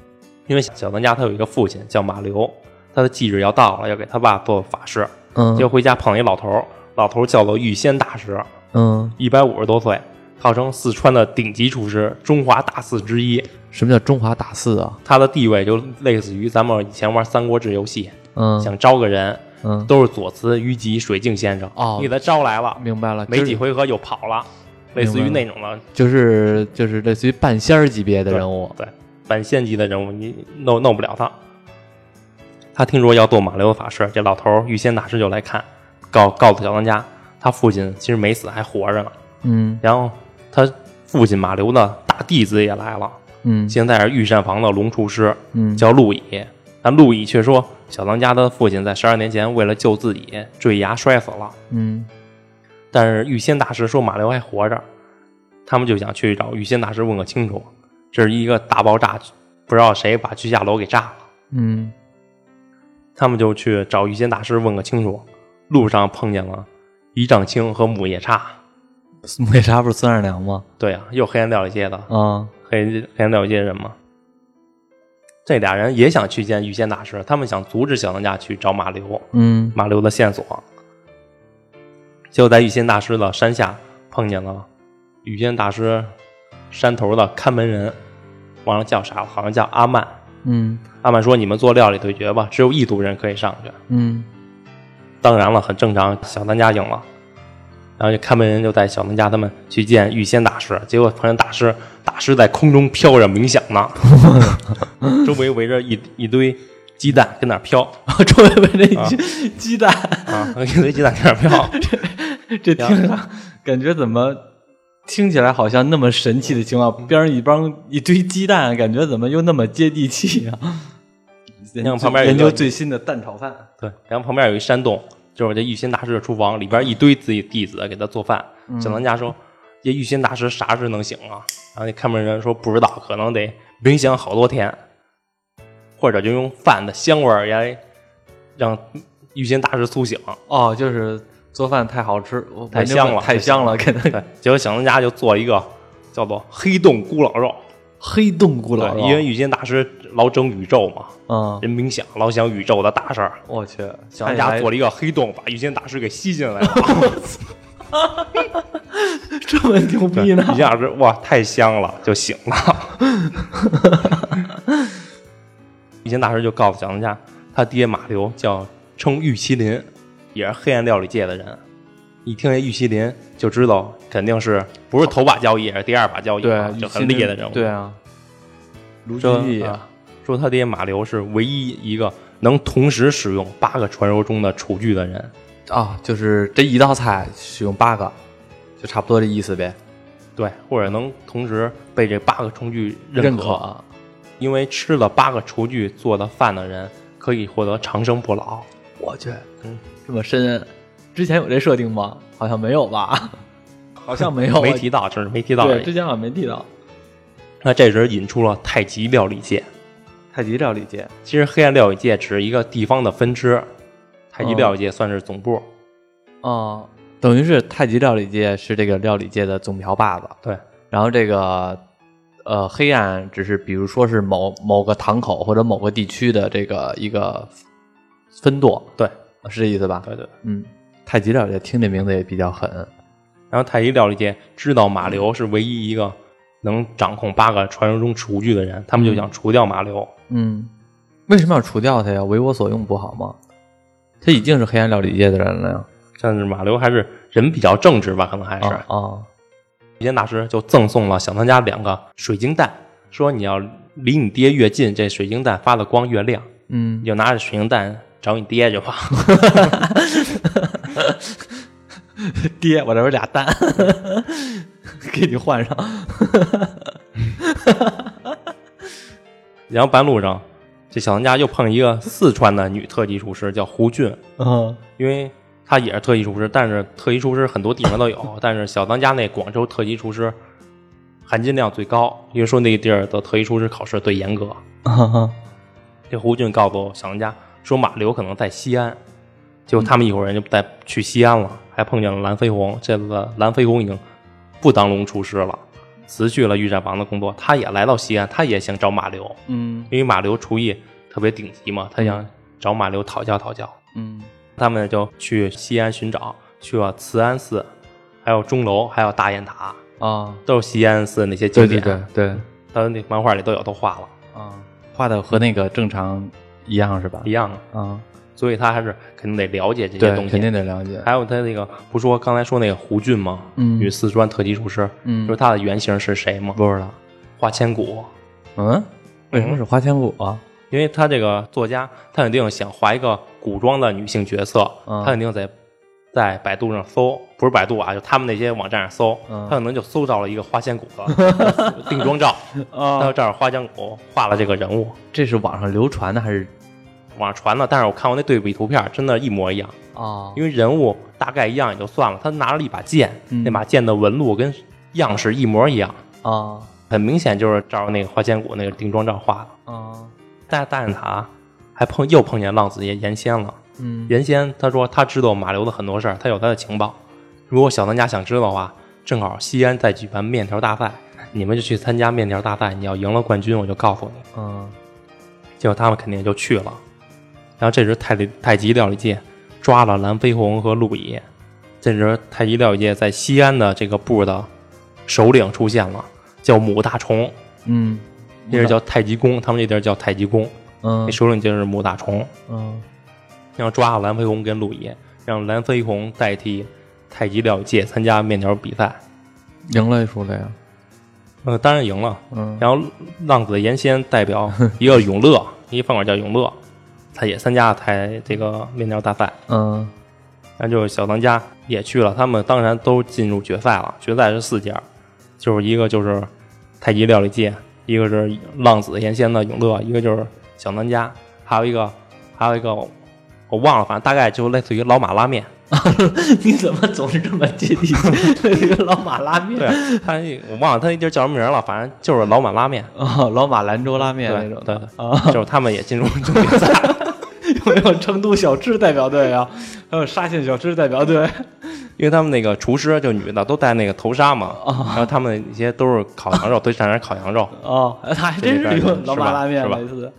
S2: 因为小当家他有一个父亲叫马流，他的忌日要到了，要给他爸做法事，
S1: 嗯
S2: 结果回家碰一老头儿，老头儿叫做玉仙大师，
S1: 嗯，
S2: 一百五十多岁，号称四川的顶级厨师，中华大四之一。
S1: 什么叫中华大四啊？
S2: 他的地位就类似于咱们以前玩《三国志》游戏，
S1: 嗯
S2: 想招个人
S1: 嗯，
S2: 都是左慈、于吉、水镜先生，
S1: 哦
S2: 你给他招来了，
S1: 明白了，
S2: 没
S1: 就是
S2: 几回合就跑了，类似于
S1: 明白
S2: 那种的
S1: 就是就是类似于半仙儿级别的人物，
S2: 对，反县级的人物，你弄弄不了他。他听说要做马六法事，这老头儿预先大师就来看，告告诉小当家，他父亲其实没死，还活着呢。
S1: 嗯
S2: 然后他父亲马流的大弟子也来了，
S1: 嗯
S2: 现在是御膳房的龙厨师，
S1: 嗯
S2: 叫陆乙。但陆乙却说，小当家的父亲在十二年前为了救自己，坠崖摔死了。
S1: 嗯
S2: 但是玉仙大师说马六还活着，他们就想去找玉仙大师问个清楚。这是一个大爆炸，不知道谁把居下楼给炸了，
S1: 嗯
S2: 他们就去找玉仙大师问个清楚。路上碰见了一丈青和母夜叉。
S1: 木叶叉不是孙二娘吗？
S2: 对啊，又黑山料理界的
S1: 啊，
S2: 黑黑山料理界人嘛。这俩人也想去见御仙大师，他们想阻止小当家去找马流，
S1: 嗯
S2: 马流的线索。结果在御仙大师的山下碰见了御仙大师山头的看门人，忘了叫啥了，好像叫阿曼。
S1: 嗯
S2: 阿曼说：“你们做料理对决吧，只有异族人可以上去。”
S1: 嗯
S2: 当然了，很正常，小当家赢了。然后就看门人就带小当家他们去见御仙大师，结果碰见大师，大师在空中飘着冥想呢， 周围围着一一堆鸡蛋跟那儿飘
S1: 周围围着一鸡鸡蛋，
S2: 啊，一堆鸡蛋跟那儿飘。
S1: 这听着感觉怎么听起来好像那么神奇的情况，边上一帮一堆鸡蛋，感觉怎么又那么接地气啊？ 研
S2: 像
S1: 究
S2: 旁边有一
S1: 研
S2: 个
S1: 究最新的蛋炒饭，
S2: 对，然后旁边有一山洞，就是这御仙大师的厨房，里边一堆自己弟子给他做饭。
S1: 嗯
S2: 小当家说：“这御仙大师啥时候能醒啊？”然后那看门人说：“不知道，可能得冥想好多天，或者就用饭的香味儿来让御仙大师苏醒。
S1: 哦，就是做饭太好吃，我
S2: 太香了
S1: 太香了，可”能
S2: 对，结果小当家就做一个叫做黑洞咕老肉，
S1: 黑洞咕老
S2: 对，因为
S1: 肉
S2: 御仙大师老整宇宙嘛，
S1: 啊！
S2: 人冥想老想宇宙的大事儿。
S1: 我去，
S2: 小当 家做了一个黑洞，把御仙大师给吸进来了。
S1: 这么牛逼呢？
S2: 一下子哇，太香了，就醒了。以前大师就告诉小当家，他爹马流叫称玉麒麟，也是黑暗料理界的人。一听这玉麒麟就知道肯定是不是头把交椅，也是第二把交 椅
S1: 对
S2: 嘛，
S1: 啊，
S2: 就很厉害的
S1: 一
S2: 人物。
S1: 心对啊，卢
S2: 说
S1: 俊义啊，
S2: 啊说他爹马流是唯一一个能同时使用八个传说中的厨具的人。
S1: 啊，就是这一道菜使用八个，就差不多这意思呗，
S2: 对，或者能同时被这八个厨具
S1: 认
S2: 可
S1: 可
S2: 因为吃了八个厨具做的饭的人，可以获得长生不老。
S1: 我去，
S2: 嗯
S1: 这么深，之前有这设定吗？好像没有 吧？好像没有，啊
S2: 没啊提到，只是没提到而
S1: 对，之
S2: 已。
S1: 前好像没提到
S2: 那这时引出了太极料理界。
S1: 太极料理界，
S2: 其实黑暗料理界只是一个地方的分支，太极料理界算是总部。
S1: 哦，等于是太极料理界是这个料理界的总瓢把子，
S2: 对
S1: 然后这个呃黑暗只是比如说是某某个堂口或者某个地区的这个一个分舵，
S2: 对
S1: 是这意思吧？
S2: 对对。
S1: 嗯，太极料理界听这名字也比较狠，
S2: 然后太极料理界知道马流是唯一一个能掌控八个传说中厨具的人，他们就想除掉马流。
S1: 嗯，为什么要除掉他呀？为我所用不好吗？他已经是黑暗料理界的人了呀，
S2: 但是马流还是人比较正直吧，可能还是。
S1: 啊啊，
S2: 御仙大师就赠送了小当家两个水晶蛋，说你要离你爹越近，这水晶蛋发的光越亮，
S1: 嗯
S2: 你，就拿着水晶蛋找你爹去吧。
S1: 爹，我这有俩蛋， 给你换上，
S2: 然后半路上，这小当家又碰一个四川的女特级厨师，叫胡俊，
S1: 嗯
S2: 因为她也是特级厨师，但是特级厨师很多地方都有，但是小当家那广州特级厨师含金量最高，因为说那地儿的特级厨师考试最严格。
S1: 啊
S2: 这胡俊告诉小当家说马流可能在西安，结果他们一伙人就带去西安了，还碰见了蓝飞鸿。这次蓝飞鸿已经不当龙厨师了，辞去了御膳房的工作，他也来到西安，他也想找马流，
S1: 嗯
S2: 因为马流厨艺特别顶级嘛，他想找马流讨教讨教。
S1: 嗯
S2: 他们就去西安寻找，去了慈安寺，还有钟楼，还有大雁塔，
S1: 啊，
S2: 都是西安寺那些
S1: 对对
S2: 景点。
S1: 对对
S2: 他那漫画里都有，都画了
S3: 嗯
S1: 啊，画的和那个正常一样是吧
S2: 一？样的，
S1: 啊，
S2: 所以他还是肯定得了解这些
S1: 对
S2: 东，西
S1: 肯。定得了解。
S2: 还有他那个不说刚才说那个胡俊吗？
S1: 嗯
S2: 女四川特级厨师，
S1: 嗯
S2: 说他的原型是谁吗？
S1: 不知道，
S2: 花千骨，
S1: 嗯，为什么是花千骨啊？
S2: 因为他这个作家，他肯定想画一个古装的女性角色，
S1: 嗯
S2: 他肯定在在百度上搜，不是百度啊，就他们那些网站上搜，
S1: 嗯
S2: 他可能就搜到了一个花千骨 的定妆照，他
S3: 嗯
S1: 啊
S2: 就，照着花千骨画了这个人物，
S1: 这是网上流传的还是
S2: 网上传的。但是我看过那对比图片，真的一模一样，
S3: 哦
S1: 啊？
S2: 因为人物大概一样也就算了，他拿了一把剑，
S1: 嗯
S2: 那把剑的纹路跟样式一模一样。
S3: 哦
S1: 啊
S2: 很明显就是照着那个花千骨那
S3: 嗯
S2: 个定妆照画的。
S1: 啊，
S2: 在大雁塔还碰又碰见浪子爷严仙了，
S1: 嗯
S2: 原先他说他知道马流的很多事儿，他有他的情报。如果小当家想知道的话，正好西安在举办面条大赛，你们就去参加面条大赛。你要赢了冠军，我就告诉你。
S1: 嗯
S2: 结果他们肯定就去了。然后这时太太极料理界抓了蓝飞鸿和陆乙，这时太极料理界在西安的这个部的首领出现了，叫母大虫，
S1: 嗯，
S2: 那地儿叫太极宫，他们那地儿叫太极宫，
S1: 嗯
S2: 那首领就是母大虫。
S1: 嗯
S2: 然后抓了蓝飞鸿跟陆乙，让蓝飞鸿代替太极料理界参加面条比赛。
S1: 赢了也输了呀，
S2: 呃，当然赢了。
S1: 嗯
S2: 然后浪子原先代表一个永乐，一个饭馆叫永乐，他也参加了台这个面条大赛。
S1: 嗯
S2: 然后就是小当家也去了，他们当然都进入决赛了。决赛是四家，就是一个就是太极料理界，一个是浪子原先的永乐，一个就是小当家，还有一个还有一个我忘了，反正大概就类似于老马拉面。
S3: 你怎么总是这么接地气？一个老马拉面
S2: 对，他那我忘了他那地儿叫什么名儿了，反正就是老马拉面，
S3: 啊，
S1: 哦
S3: 老马兰州拉面
S2: 对
S3: 那种
S2: 对
S3: 的，啊，
S2: 就是他们也进入
S3: 有没有成都小吃代表队啊？还有沙县小吃代表队？
S2: 因为他们那个厨师就女的都戴那个头纱
S3: 啊
S2: 嘛，然后他们一些都是烤羊肉，都擅长烤羊肉，
S3: 哦，他还真是有老马拉面
S2: 是吧
S3: 每次。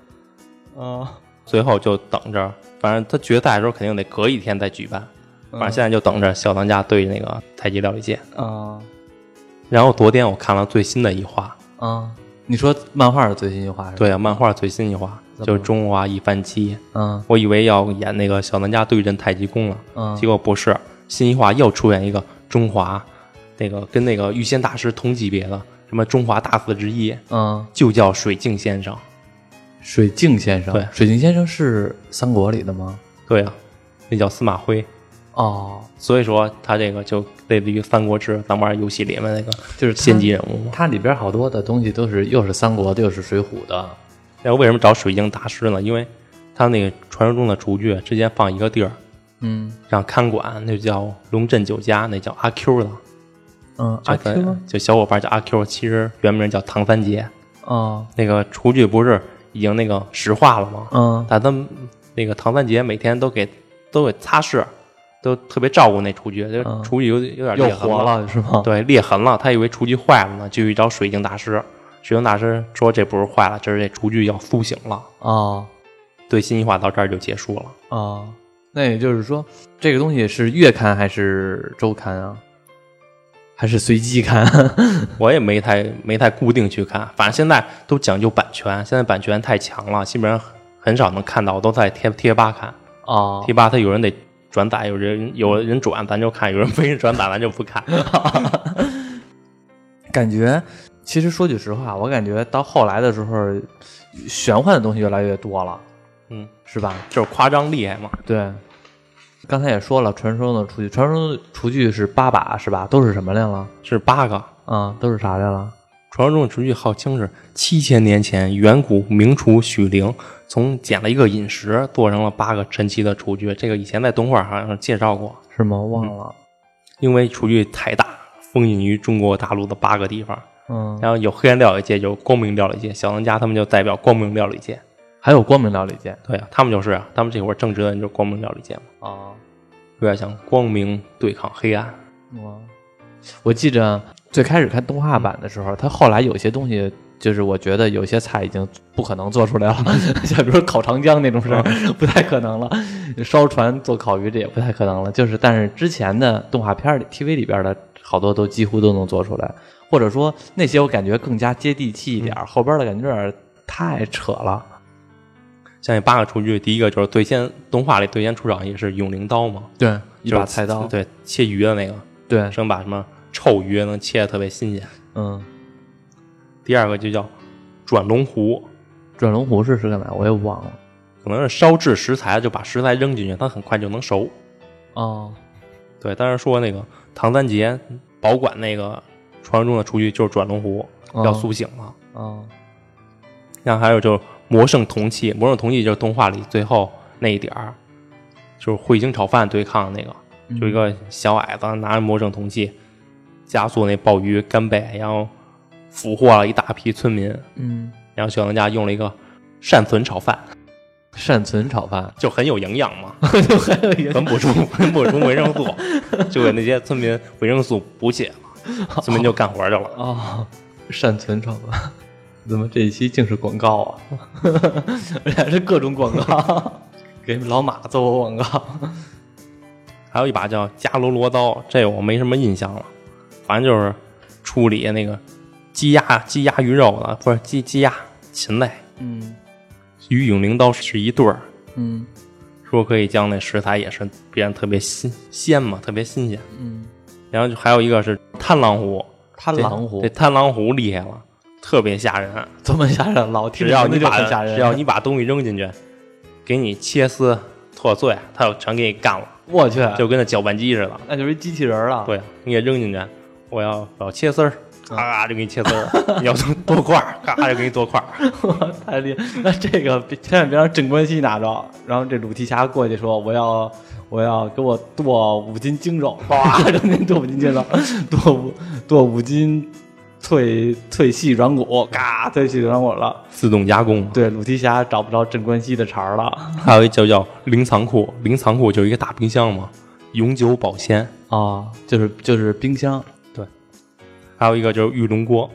S3: 哦，
S2: 最后就等着，反正他决赛的时候肯定得隔一天再举办，
S1: 嗯
S3: 嗯
S2: 反正现在就等着小当家对那个太极料理界。
S3: 嗯
S1: 啊
S2: 然后昨天我看了最新的一话，
S3: 嗯
S1: 啊，你说漫画的最新一话是吧？
S2: 对啊，漫画最新一话就是《中华一番七》，
S1: 嗯
S2: 我以为要演那个小当家对阵太极宫了，
S1: 嗯
S2: 结果不是，新一话又出现一个中华，那个跟那个御仙大师同级别的，什么中华大寺之一，
S1: 嗯，
S2: 就叫水镜先生。
S1: 水镜先生，
S2: 对
S1: 水镜先生是三国里的吗？
S2: 对啊，那叫司马徽。
S1: 哦，
S2: 所以说他这个就类似于《三国志》咱玩游戏里面那个
S1: 就是
S2: 先级人物嘛。
S1: 它里边好多的东西都是又是三国的，又是水浒的。
S2: 那哎为什么找水镜大师呢？因为他那个传说中的主角之间放一个地儿，
S1: 嗯
S2: 让看管那叫龙镇酒家，那叫阿 Q 的，
S1: 嗯，
S2: 就在就小伙伴叫阿 Q，其实原名叫唐三杰。
S1: 啊
S2: 那个厨具不是已经那个石化了吗？
S1: 嗯
S2: 但他们那个唐三杰每天都给都给擦拭，都特别照顾那厨具，这
S1: 嗯
S2: 厨具有有点
S1: 又
S2: 裂痕
S1: 活了是吗？
S2: 对，裂痕了，他以为厨具坏了呢，就去找水晶大师。水晶大师说这不是坏了，这是这厨具要苏醒了。
S1: 啊
S2: 对，新一话到这儿就结束了。
S1: 啊，那也就是说，这个东西是月刊还是周刊啊？还是随机刊？
S2: 我也没太没太固定去看，反正现在都讲究版权，现在版权太强了，基本上很很少能看到，我都在贴贴吧看。
S1: 哦
S2: 贴吧它有人得转载，有人有人转咱就看，有人没人转载咱就不看。
S1: 感觉其实说句实话，我感觉到后来的时候，玄幻的东西越来越多了，
S2: 嗯，
S1: 是吧？
S2: 就是夸张厉害嘛。
S1: 对，刚才也说了，传说中的厨具，传说中的厨具是八把是吧？都是什么来了？
S2: 是八个
S1: 啊，都是啥来了？
S2: 传说中的厨具号称是七千年前远古名厨许灵从捡了一个饮食做成了八个神奇的厨具。这个以前在动画好像介绍过，
S1: 是吗？忘了。
S2: 因为厨具太大，封印于中国大陆的八个地方。
S1: 嗯，
S2: 然后有黑暗料理界，有光明料理界，小当家他们就代表光明料理界。
S1: 还有光明料理界
S2: 对啊，他们就是啊，他们这会儿正直的人就是光明料理界嘛，
S1: 啊，
S2: 有点像光明对抗黑暗。
S1: 我我记着最开始看动画版的时候，它后来有些东西。就是我觉得有些菜已经不可能做出来了， 像比如烤长江那种事儿
S2: 嗯
S1: 不太可能了，烧船做烤鱼这也不太可能了。就是但是之前的动画片里 TV 里边的好多都几乎都能做出来，或者说那些我感觉更加接地气一
S2: 嗯
S1: 点儿，后边的感觉有点太扯了。
S2: 像那八个厨具，第一个就是最先动画里最先出场也是永灵刀嘛，
S1: 对，一把
S2: 就是
S1: 菜刀，
S2: 对切鱼的那个，
S1: 对，
S2: 生把什么臭鱼能切的特别新鲜。
S1: 嗯，
S2: 第二个就叫转龙湖，
S1: 转龙湖是是干嘛？我也忘了。
S2: 可能是烧制食材，就把食材扔进去，它很快就能熟。
S1: 哦，
S2: 对，当时说那个唐三杰保管那个传说中的厨具就是转龙湖，
S1: 哦
S2: 要苏醒了。
S1: 哦，
S2: 然后还有就是魔圣铜器，魔圣铜器就是动画里最后那一点儿，就是彗星炒饭对抗那个，就一个小矮子拿着魔圣铜器加速那鲍鱼干贝，然后俘获了一大批村民。
S1: 嗯，
S2: 然后小当家用了一个善存炒饭，
S1: 善存炒饭，
S2: 就很有营养嘛，很补充很补充维生素，就给那些村民维生素补血了，村民就干活去了。
S1: 哦，善存炒饭，怎么这一期竟是广告啊？而且还是各种广告， 给老马做过广告。
S2: 还有一把叫伽罗罗刀，这我没什么印象了，反正就是处理那个鸡鸭鸡鸭鱼肉的，不是鸡鸡鸭禽类。
S1: 嗯
S2: 与永灵刀是一对儿，
S1: 嗯
S2: 说可以将那食材也是变得特别新鲜嘛，特别新鲜。
S1: 嗯，
S2: 然后就还有一个是贪狼虎，
S1: 贪狼湖
S2: 这贪狼虎厉害了，特别吓人。
S1: 这么吓人，老听
S2: 只要
S1: 名字
S2: 你
S1: 就
S2: 把
S1: 很吓人。
S2: 只要你把东西扔进去，给你切丝剁碎，它就全给你干了，
S1: 我去，
S2: 就跟那搅拌机似的。
S1: 那就是一机器人啊了。
S2: 对，你给扔进去，我要我要切丝儿，
S1: 啊
S2: 咔咔就给你切丝儿；你要剁块儿，咔咔就给你剁块 儿。
S1: 太厉害！那这个别千万别让镇关西拿着，然后这鲁提辖过去说我要我要给我剁五斤精肉，哇，整天剁五斤精肉，剁五剁五斤脆脆细软骨，嘎，脆细软骨了。
S2: 自动加工。
S1: 对，鲁提辖找不着镇关西的茬儿了
S2: 还有一叫叫零仓库，零仓库就是一个大冰箱嘛，永久保鲜。
S1: 啊，就是就是冰箱，
S2: 还有一个就是玉龙锅，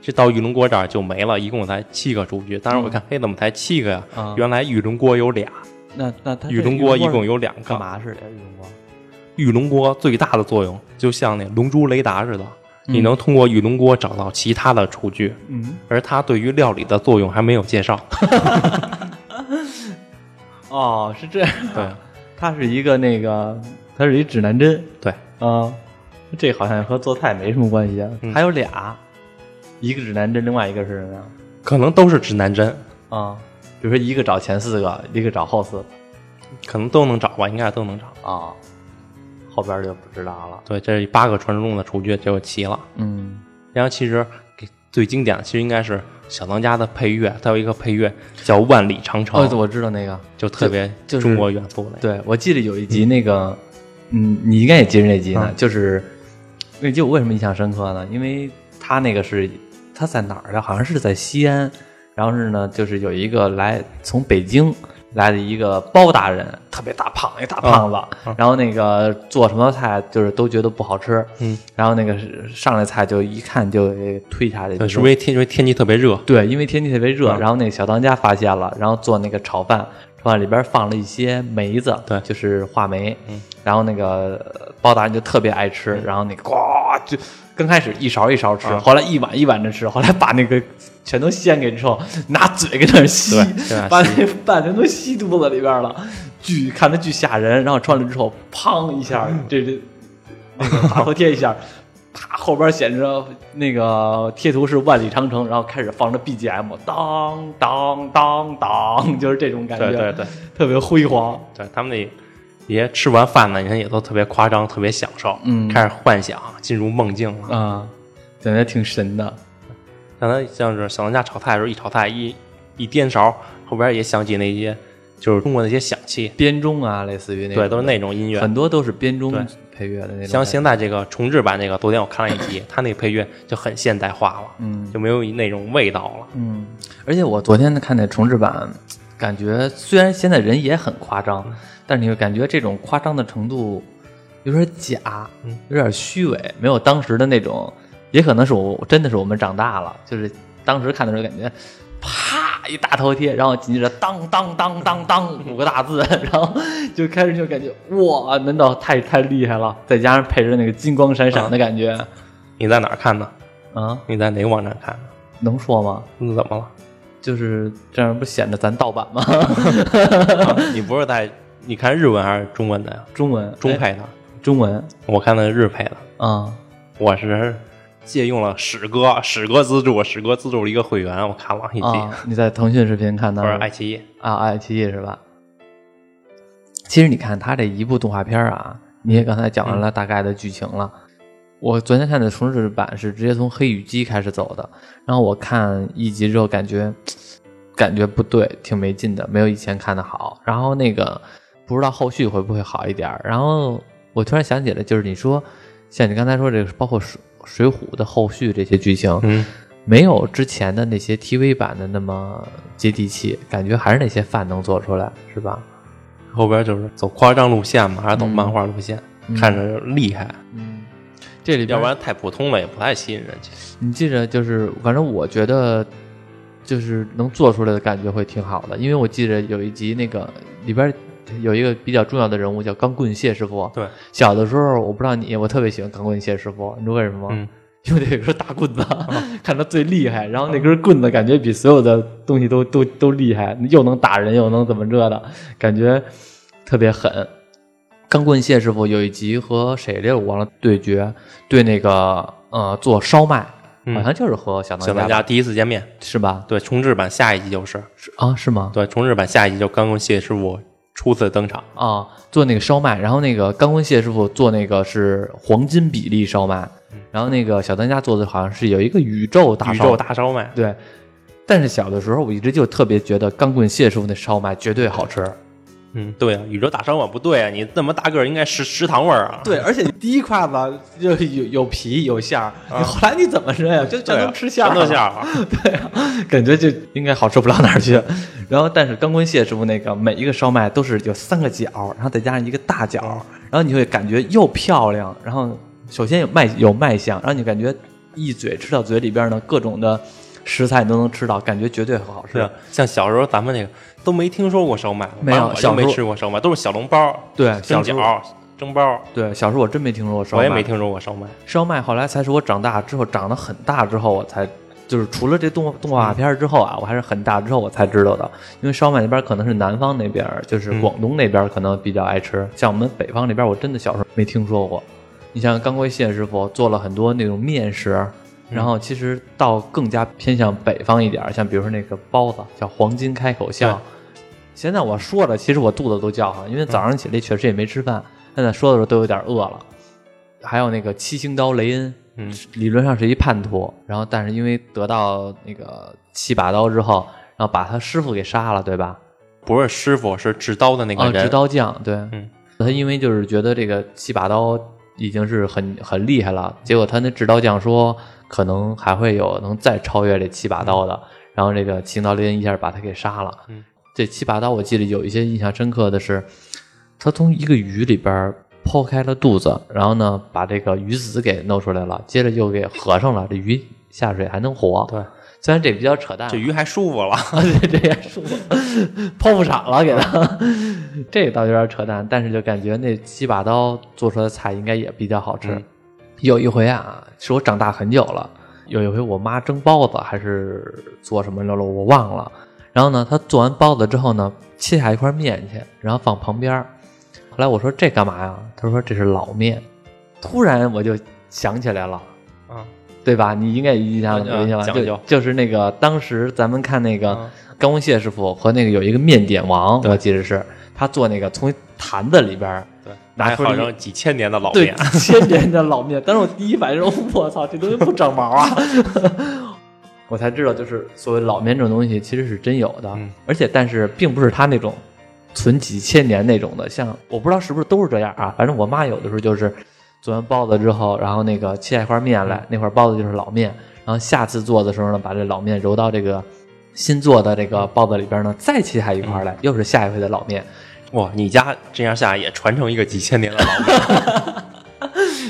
S2: 这到玉龙锅这儿就没了，一共才七个厨具。当时我看，嘿，怎么才七个呀？
S1: 嗯啊
S2: 原来玉龙锅有俩，
S1: 那那它这
S2: 玉龙锅一共有两
S1: 干
S2: 个。
S1: 嘛使的呀？玉龙锅
S2: 玉龙锅最大的作用就像那龙珠雷达似的，
S1: 嗯
S2: 你能通过玉龙锅找到其他的厨具，
S1: 嗯
S2: 而它对于料理的作用还没有介绍。
S1: 哦，是这样，
S2: 对，
S1: 它是一个那个，它是一指南针，
S2: 对
S1: 啊，这好像和做菜没什么关系啊。
S2: 嗯
S1: 还有俩，一个指南针，另外一个是什么呀？
S2: 可能都是指南针，
S1: 啊，比如说一个找前四个，一个找后四个
S2: 可能都能找吧，应该都能找。
S1: 啊，后边就不知道了。
S2: 对，这八个传说中的厨具就齐了。
S1: 嗯，
S2: 然后其实给最经典的其实应该是小当家的配乐，它有一个配乐叫《万里长城
S1: 哦，》，我知道那个，
S2: 就特别
S1: 就是
S2: 中国元素的。
S1: 对我记得有一集那个，嗯，你应该也记着那集呢，
S2: 嗯
S1: 就是那集我为什么印象深刻呢？因为他那个是他在哪儿的？好像是在西安，然后是呢，就是有一个来从北京来的一个包大人，特别大胖一大胖子，
S2: 嗯
S1: 然后那个做什么菜就是都觉得不好吃，
S2: 嗯，
S1: 然后那个是上来菜就一看就给推下去，
S2: 对，
S1: 就是
S2: 不是因为天因为天气特别热？
S1: 对，因为天气特别热，
S2: 嗯
S1: 然后那个小当家发现了，然后做那个炒饭，炒饭里边放了一些梅子，
S2: 对嗯
S1: 就是话梅。然后那个呃包大人就特别爱吃，然后那个呱就刚开始一勺一勺吃，
S2: 嗯
S1: 后来一碗一碗的吃，后来把那个全都掀开之后，拿嘴给那儿吸
S2: 对对啊，
S1: 把那饭全都吸肚子里边了，巨看着巨吓人。然后穿了之后，砰一下，
S2: 嗯
S1: 这这那个大头贴一下，啪后边显示那个贴图是万里长城，然后开始放着 BGM，当当当当，就是这种感觉，
S2: 对对对
S1: 特别辉煌。
S2: 对，他们那也吃完饭呢，你看也都特别夸张，特别享受，
S1: 嗯
S2: 开始幻想，进入梦境了。
S1: 啊，感觉挺神的。
S2: 像他像是小当家炒菜的时候，一炒菜一一颠勺，后边也响起那些就是中国那些响器，
S1: 编钟啊，类似于那种
S2: 对，都是那种音乐。
S1: 很多都是编钟
S2: 对
S1: 配乐的那种。
S2: 像现在这个重制版这个，昨天我看了一集，它那配乐就很现代化了，
S1: 嗯
S2: 就没有那种味道了。
S1: 嗯，而且我昨天看那重制版，感觉虽然现在人也很夸张，但是你会感觉这种夸张的程度有点假
S2: 嗯，
S1: 有点虚伪，没有当时的那种。也可能是我真的是我们长大了，就是当时看的时候感觉，啪一大头贴，然后紧接着当当当当当五个大字， 然后就开始就感觉哇，难道太太厉害了？再加上配着那个金光闪闪的感觉，
S2: 你在哪儿看的？
S1: 啊，
S2: 你在哪个网站看的？
S1: 能说吗？
S2: 你怎么了？
S1: 就是这样，不显得咱盗版吗？
S2: 你不是在你看日文还是中文的呀？
S1: 中文，
S2: 中
S1: 哎
S2: 配的，
S1: 中文
S2: 我看的是日配的。
S1: 啊，
S2: 我是借用了史哥，史哥资助，史哥资助了一个会员，我看了一集，
S1: 啊，你在腾讯视频看到
S2: 或者
S1: 的
S2: 爱奇艺。
S1: 啊，爱奇艺是吧？其实你看他这一部动画片儿啊，你也刚才讲完了大概的剧情了。我昨天看的重制版是直接从黑羽姬开始走的，然后我看一集之后感觉感觉不对，挺没劲的，没有以前看的好。然后那个不知道后续会不会好一点儿。然后我突然想起来，就是你说像你刚才说这个，包括水水浒的后续这些剧情，
S2: 嗯，
S1: 没有之前的那些 TV 版的那么接地气，感觉还是那些饭能做出来，是吧？
S2: 后边就是走夸张路线嘛，还是走漫画路线，
S1: 嗯
S2: 看着厉害，
S1: 嗯，这里边
S2: 要不然太普通了也不太吸引人去。
S1: 你记着，就是反正我觉得，就是能做出来的感觉会挺好的，因为我记着有一集那个里边有一个比较重要的人物叫钢棍谢师傅。
S2: 对，
S1: 小的时候我不知道你，我特别喜欢钢棍谢师傅，你知道为什么吗？
S2: 嗯，
S1: 因为那根大棍子，
S2: 啊
S1: 看他最厉害，然后那根棍子感觉比所有的东西都都都厉害，又能打人，又能怎么着的，感觉特别狠。钢棍谢师傅有一集和谁来着我忘了对决，对那个呃做烧麦，
S2: 嗯
S1: 好像就是和小
S2: 小
S1: 当
S2: 当
S1: 家
S2: 家第一次见面，
S1: 是吧？
S2: 对重置版下一集就是，
S1: 是啊，是吗？
S2: 对重置版下一集就刚刚谢师傅初次登场，
S1: 啊，做那个烧麦，然后那个钢棍蟹师傅做那个是黄金比例烧麦，然后那个小当家做的好像是有一个宇宙大
S2: 嗯宇
S1: 烧
S2: 宙
S1: 麦。
S2: 大烧麦，
S1: 对，但是小的时候我一直就特别觉得钢棍蟹师傅那烧麦绝对好吃。
S2: 嗯，对啊，宇宙大烧麦不对啊，你那么大个儿应该食食堂味儿啊，
S3: 对，而且你第一筷子就有有皮有馅儿，
S1: 嗯
S3: 你后来你怎么着呀？就
S2: 对
S3: 全
S2: 啊，
S3: 都吃馅儿
S2: 全都
S3: 了，
S2: 馅儿了，
S1: 感觉就应该好吃不到哪儿去。然后，但是钢棍蟹师傅那个每一个烧麦都是有三个角，然后再加上一个大角，
S3: 嗯
S1: 然后你会感觉又漂亮，然后首先有卖有卖相，然后你感觉一嘴吃到嘴里边呢，各种的食材你都能吃到，感觉绝对很好吃。
S2: 对啊，像小时候咱们那个都没听说过烧麦，
S1: 没有
S2: 反正我
S1: 小
S2: 就
S1: 时候
S2: 没吃过烧麦，都是小笼包、
S1: 对
S2: 蒸
S1: 小时候
S2: 饺、蒸包，
S1: 对，小时候我真没听说过烧麦，
S2: 我也没听说过烧麦。
S1: 烧麦后来才是我长大之后，长得很大之后，我才就是除了这动动画片儿之后啊，我还是很大之后我才知道的。因为烧麦那边可能是南方那边儿，就是
S2: 嗯
S1: 广东那边儿可能比较爱吃，像我们北方这边儿，我真的小时候没听说过。你像刚辉谢师傅做了很多那种面食，然后其实到更加偏向北方一点儿，像比如说那个包子叫黄金开口笑。现在我说着，其实我肚子都叫上，因为早上起来确实也没吃饭，现在说的时候都有点饿了。还有那个七星刀雷恩，
S2: 嗯，
S1: 理论上是一叛徒，然后但是因为得到那个七把刀之后，然后把他师傅给杀了，对吧？
S2: 不是师傅，是制刀的那
S1: 啊，
S2: 个人。
S1: 执刀匠，对，
S2: 嗯
S1: 他因为就是觉得这个七把刀已经是很很厉害了，结果他那执刀匠说可能还会有能再超越这七把刀的，然后这个七星刀雷恩一下把他给杀了。
S2: 嗯
S1: 这七把刀我记得有一些印象深刻的是，他从一个鱼里边剖开了肚子，然后呢把这个鱼籽给弄出来了，接着又给合上了，这鱼下水还能活。
S2: 对，
S1: 虽然这比较扯淡啊，
S2: 这鱼还舒服了。
S1: 啊， 对，这也说剖腹产了，给他，这个倒有点扯淡，但是就感觉那七把刀做出来的菜应该也比较好吃。
S2: 嗯
S1: 有一回啊，是我长大很久了，有一回我妈蒸包子还是做什么来了，我忘了。然后呢，她做完包子之后呢，切下一块面去，然后放旁边儿。后来我说这干嘛呀？她说这是老面。突然我就想起来了。
S2: 啊，
S1: 对吧？你应该有印象
S2: 嗯
S1: 有印象吧？
S2: 讲
S1: 就
S2: 究
S1: 就是那个当时咱们看那个
S2: 嗯
S1: 高文谢师傅和那个有一个面点王，我记得是他做那个从一坛子里边儿
S2: 对，
S1: 拿
S2: 还
S1: 出来
S2: 好
S1: 一
S2: 像几千年的老
S1: 对
S2: 面。
S1: 千年的老面，当时我第一反应是我操，这东西不长毛啊！ 我才知道，就是所谓老面这种东西其实是真有的，
S2: 嗯
S1: 而且但是并不是他那种存几千年那种的，像我不知道是不是都是这样啊，反正我妈有的时候就是做完包子之后，然后那个切下一块面来，那块包子就是老面，然后下次做的时候呢，把这老面揉到这个新做的这个包子里边呢，再切下一块来，又是下一回的老面，
S2: 哇，你家这样下也传承一个几千年的老面。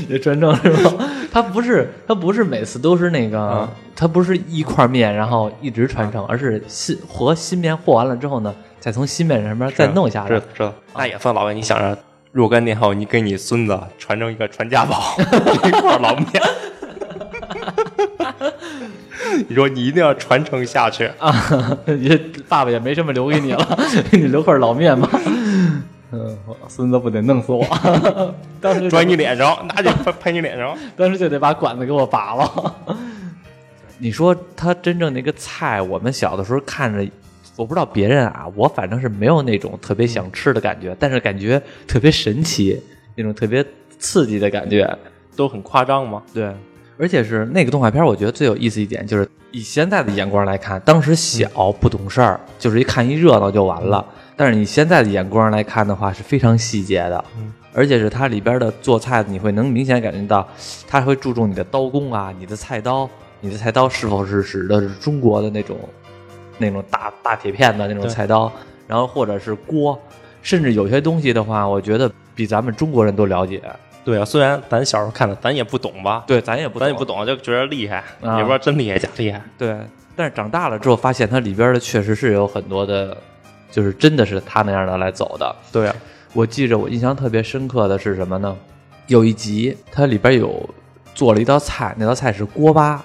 S1: 也传承是吗？ 它不是，它不是每次都是那个，
S2: 嗯
S1: 它不是一块面然后一直传承，而是新和新面和完了之后呢，再从新面上
S2: 啊
S1: 面 再弄下啊
S2: 知
S1: 来
S2: 道。知道，那也算老面。你想着若干年后，你给你孙子传承一个传家 宝，一块老面。 你说你一定要传承下去，
S1: 啊， 你这爸爸也没什么留给你了， 你留块老面吧。嗯，我孙子不得弄死我？ 当 时就
S2: 拽你脸上，拿就 拍拍你脸上。
S1: 当时就得把管子给我拔了。你说他真正那个菜，我们小的时候看着，我不知道别人啊，我反正是没有那种特别想吃的感觉，但是感觉特别神奇，那种特别刺激的感觉。
S2: 都很夸张吗？
S1: 对，而且是那个动画片，我觉得最有意思一点就是以现在的眼光来看，当时小不懂事儿，就是一看一热闹就完了。嗯但是你现在的眼光来看的话，是非常细节的，而且是它里边的做菜，你会能明显感觉到，它会注重你的刀工啊，你的菜刀，你的菜刀是否是指的是中国的那种那种大大铁片的那种
S2: 对
S1: 菜刀，然后或者是锅，甚至有些东西的话，我觉得比咱们中国人都了解。
S2: 对啊，虽然咱小时候看的，咱也不懂吧，
S1: 对，咱也不
S2: 咱也不懂，就觉得厉害，
S1: 啊
S2: 也不知道真厉害假厉害。
S1: 对，但是长大了之后发现它里边的确实是有很多的，就是真的是他那样的来走的。
S2: 对啊，
S1: 我记着我印象特别深刻的是什么呢？有一集它里边有做了一道菜，那道菜是锅巴。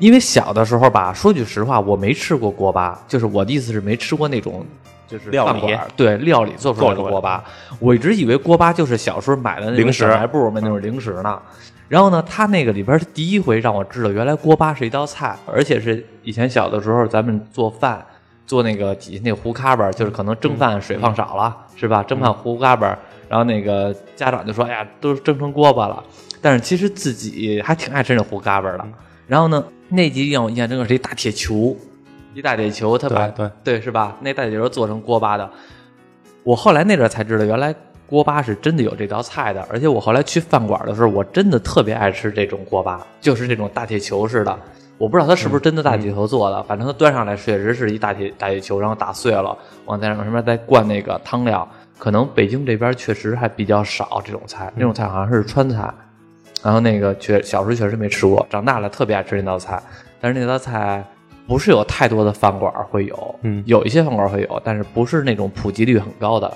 S1: 因为小的时候吧，说句实话，我没吃过锅巴，就是我的意思是没吃过那种就是
S2: 料
S1: 饭
S2: 理
S1: 馆对料理做出来的锅巴。我一直以为锅巴就是小时候买的那种
S2: 零食
S1: 小卖部嘛那种零食呢。然后呢，他那个里边儿第一回让我知道，原来锅巴是一道菜，而且是以前小的时候咱们做饭做那个底下那糊咖巴，就是可能蒸饭水放少了，是吧？蒸饭糊咖巴，然后那个家长就说：“哎呀，都蒸成锅巴了。”但是其实自己还挺爱吃那糊咖巴的。然后呢，那集让我印象深刻是一大铁球，一大铁球，他把
S2: 对对
S1: 对是吧？那大铁球做成锅巴的。我后来那阵儿才知道，原来锅巴是真的有这道菜的。而且我后来去饭馆的时候，我真的特别爱吃这种锅巴，就是这种大铁球似的。我不知道它是不是真的大铁球做的，反正它端上来确实是一大铁大铁球，然后打碎了，往再往上面再灌那个汤料。可能北京这边确实还比较少这种菜，那种菜好像是川菜。然后那个确小时候确实没吃过，长大了特别爱吃那道菜，但是那道菜不是有太多的饭馆会有，
S2: 嗯
S1: 有一些饭馆会有，但是不是那种普及率很高的，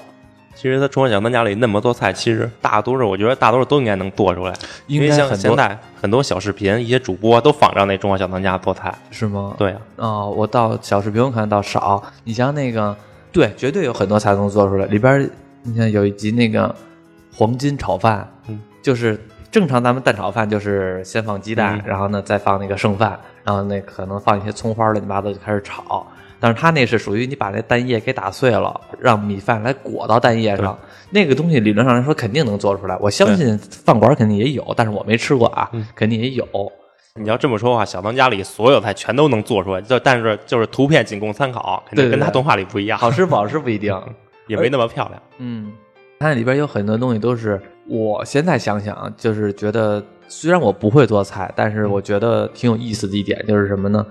S2: 其实他中华小当家里那么多菜，其实大多数我觉得大多数都应该能做出来，因为
S1: 应该
S2: 像
S1: 很
S2: 现
S1: 多
S2: 在很多小视频，一些主播都仿照那中华小当家做菜。
S1: 是吗？
S2: 对啊，
S1: 啊、我到小视频我看到少，你像那个，对，绝对有很多菜能做出来。里边儿你像有一集那个黄金炒饭，
S2: 嗯，
S1: 就是正常咱们蛋炒饭就是先放鸡蛋，
S2: 嗯
S1: 然后呢再放那个剩饭，然后那可能放一些葱花儿乱七八糟就开始炒。但是它那是属于你把那蛋液给打碎了，让米饭来裹到蛋液上，那个东西理论上来说肯定能做出来。我相信饭馆儿肯定也有，但是我没吃过啊，
S2: 嗯
S1: 肯定也有。
S2: 你要这么说的话，小当家里所有菜全都能做出来，就但是就是图片仅供参考，肯定
S1: 对对
S2: 跟他
S1: 对
S2: 动画里不一样，
S1: 好吃不好吃不一 定，
S2: 也没那么漂亮。
S1: 嗯，它里边有很多东西都是我现在想想，就是觉得虽然我不会做菜，但是我觉得挺有意思的一点就是什么呢？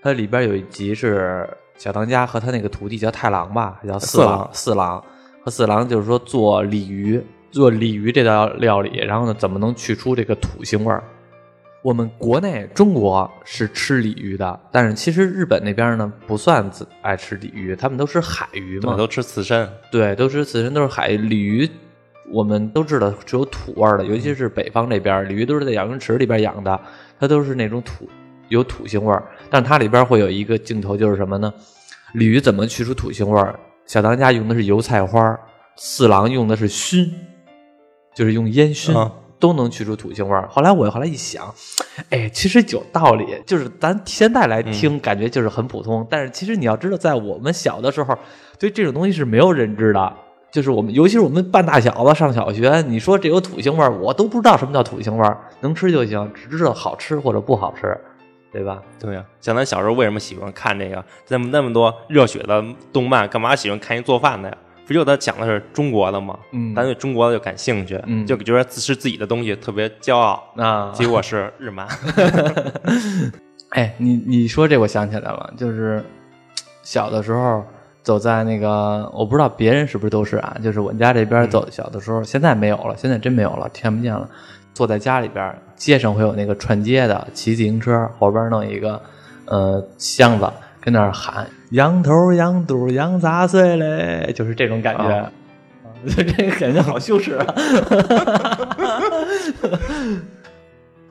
S1: 它里边有一集是小当家和他那个徒弟叫太郎吧，还叫四郎，四郎和四郎就是说做鲤鱼，做鲤鱼这道料理，然后呢怎么能去出这个土腥味儿？我们国内中国是吃鲤鱼的，但是其实日本那边呢不算爱吃鲤鱼，他们都吃海鱼嘛
S2: 对，，都吃刺身，
S1: 对，都是此身都是海鲤鱼，我们都知道是有土味儿的，尤其是北方这边儿，鲤鱼都是在养殖池里边儿养的，它都是那种土有土腥味儿。但是它里边儿会有一个镜头，就是什么呢？鲤鱼怎么去除土腥味儿？小当家用的是油菜花儿，四郎用的是熏，就是用烟熏。
S2: 啊
S1: 都能去除土腥味儿。后来我后来一想，哎，其实有道理，就是咱现在来听，感觉就是很普通，但是其实你要知道，在我们小的时候，对这种东西是没有认知的。就是我们，尤其是我们半大小子上小学，你说这有土腥味儿，我都不知道什么叫土腥味儿，能吃就行，只知道好吃或者不好吃，对吧？
S2: 对呀、啊像咱小时候为什么喜欢看这个那么那么多热血的动漫，干嘛喜欢看一做饭的呀？不就咱讲的是中国的吗？
S1: 嗯
S2: 咱对中国的就感兴趣，
S1: 嗯
S2: 就觉得自吃自己的东西特别骄傲。
S1: 啊，
S2: 结果是 日漫，
S1: 哎，你你说这我想起来了，就是小的时候走在那个，我不知道别人是不是都是啊，就是我们家这边走，小的时候现在没有了，现在真没有了，看不见了。坐在家里边，街上会有那个串街的，骑自行车后边弄一个呃箱子，跟那儿喊“羊头羊肚羊杂碎嘞”，就是这种感觉。
S2: 啊
S1: 就 这个感觉好羞耻啊！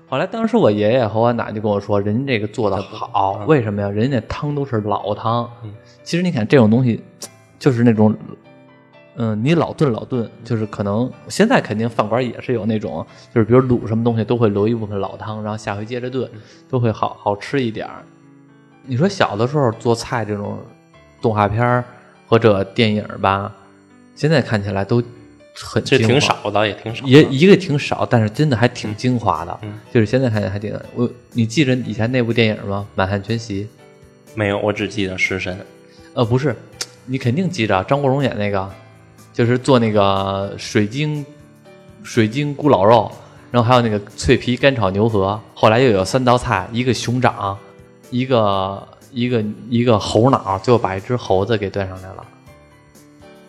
S1: 后来当时我爷爷和我奶就跟我说，人家这个做的好，为什么呀？人家汤都是老汤。
S2: 嗯
S1: 其实你看这种东西，就是那种，嗯、你老炖老炖，就是可能现在肯定饭馆也是有那种，就是比如卤什么东西都会留一部分老汤，然后下回接着炖，
S2: 嗯
S1: 都会好好吃一点儿。你说小的时候做菜这种动画片儿或者电影儿吧，现在看起来都很
S2: 这
S1: 精
S2: 挺
S1: 华
S2: 少的，也挺少的。
S1: 也一个挺少，但是真的还挺精华的，
S2: 嗯
S1: 就是现在看起来还挺我。你记着以前那部电影吗？《满汉全席》？
S2: 没有，我只记得食神。
S1: 呃，不是，你肯定记着啊张国荣演那个，就是做那个水晶水晶咕老肉，然后还有那个脆皮干炒牛河，后来又有三道菜，一个熊掌，一个一个一个猴脑，最后把一只猴子给端上来了，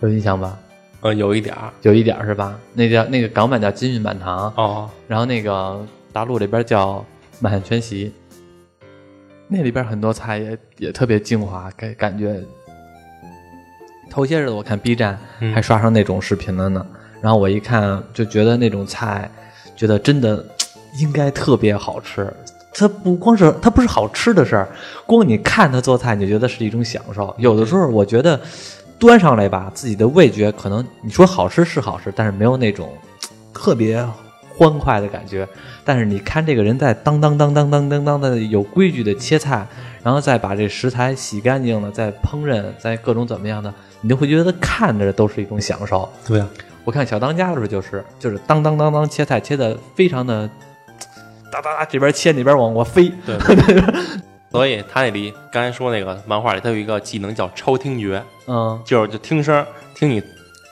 S1: 有印象吧？
S2: 呃，有一点儿
S1: 有一点儿是吧？那叫那个港版叫金玉满堂，
S2: 哦，
S1: 然后那个大陆这边叫满汉全席，那里边很多菜也也特别精华，感感觉头些日子我看 B 站
S2: 嗯
S1: 还刷上那种视频了呢，然后我一看就觉得那种菜，觉得真的应该特别好吃。它不光是它不是好吃的事儿，光你看它做菜，你觉得是一种享受。有的时候我觉得端上来吧，自己的味觉可能你说好吃是好吃，但是没有那种特别欢快的感觉。但是你看这个人在当当当当当当当的有规矩的切菜，然后再把这食材洗干净了，再烹饪，再各种怎么样的，你就会觉得看着都是一种享受。
S2: 对啊，
S1: 我看小当家的时候就是就是当当当当切菜切的非常的，哒哒哒这边切那边往过飞，
S2: 对， 所以他那里刚才说那个漫画里，他有一个技能叫超听觉，
S1: 嗯
S2: 就是就听声儿，听你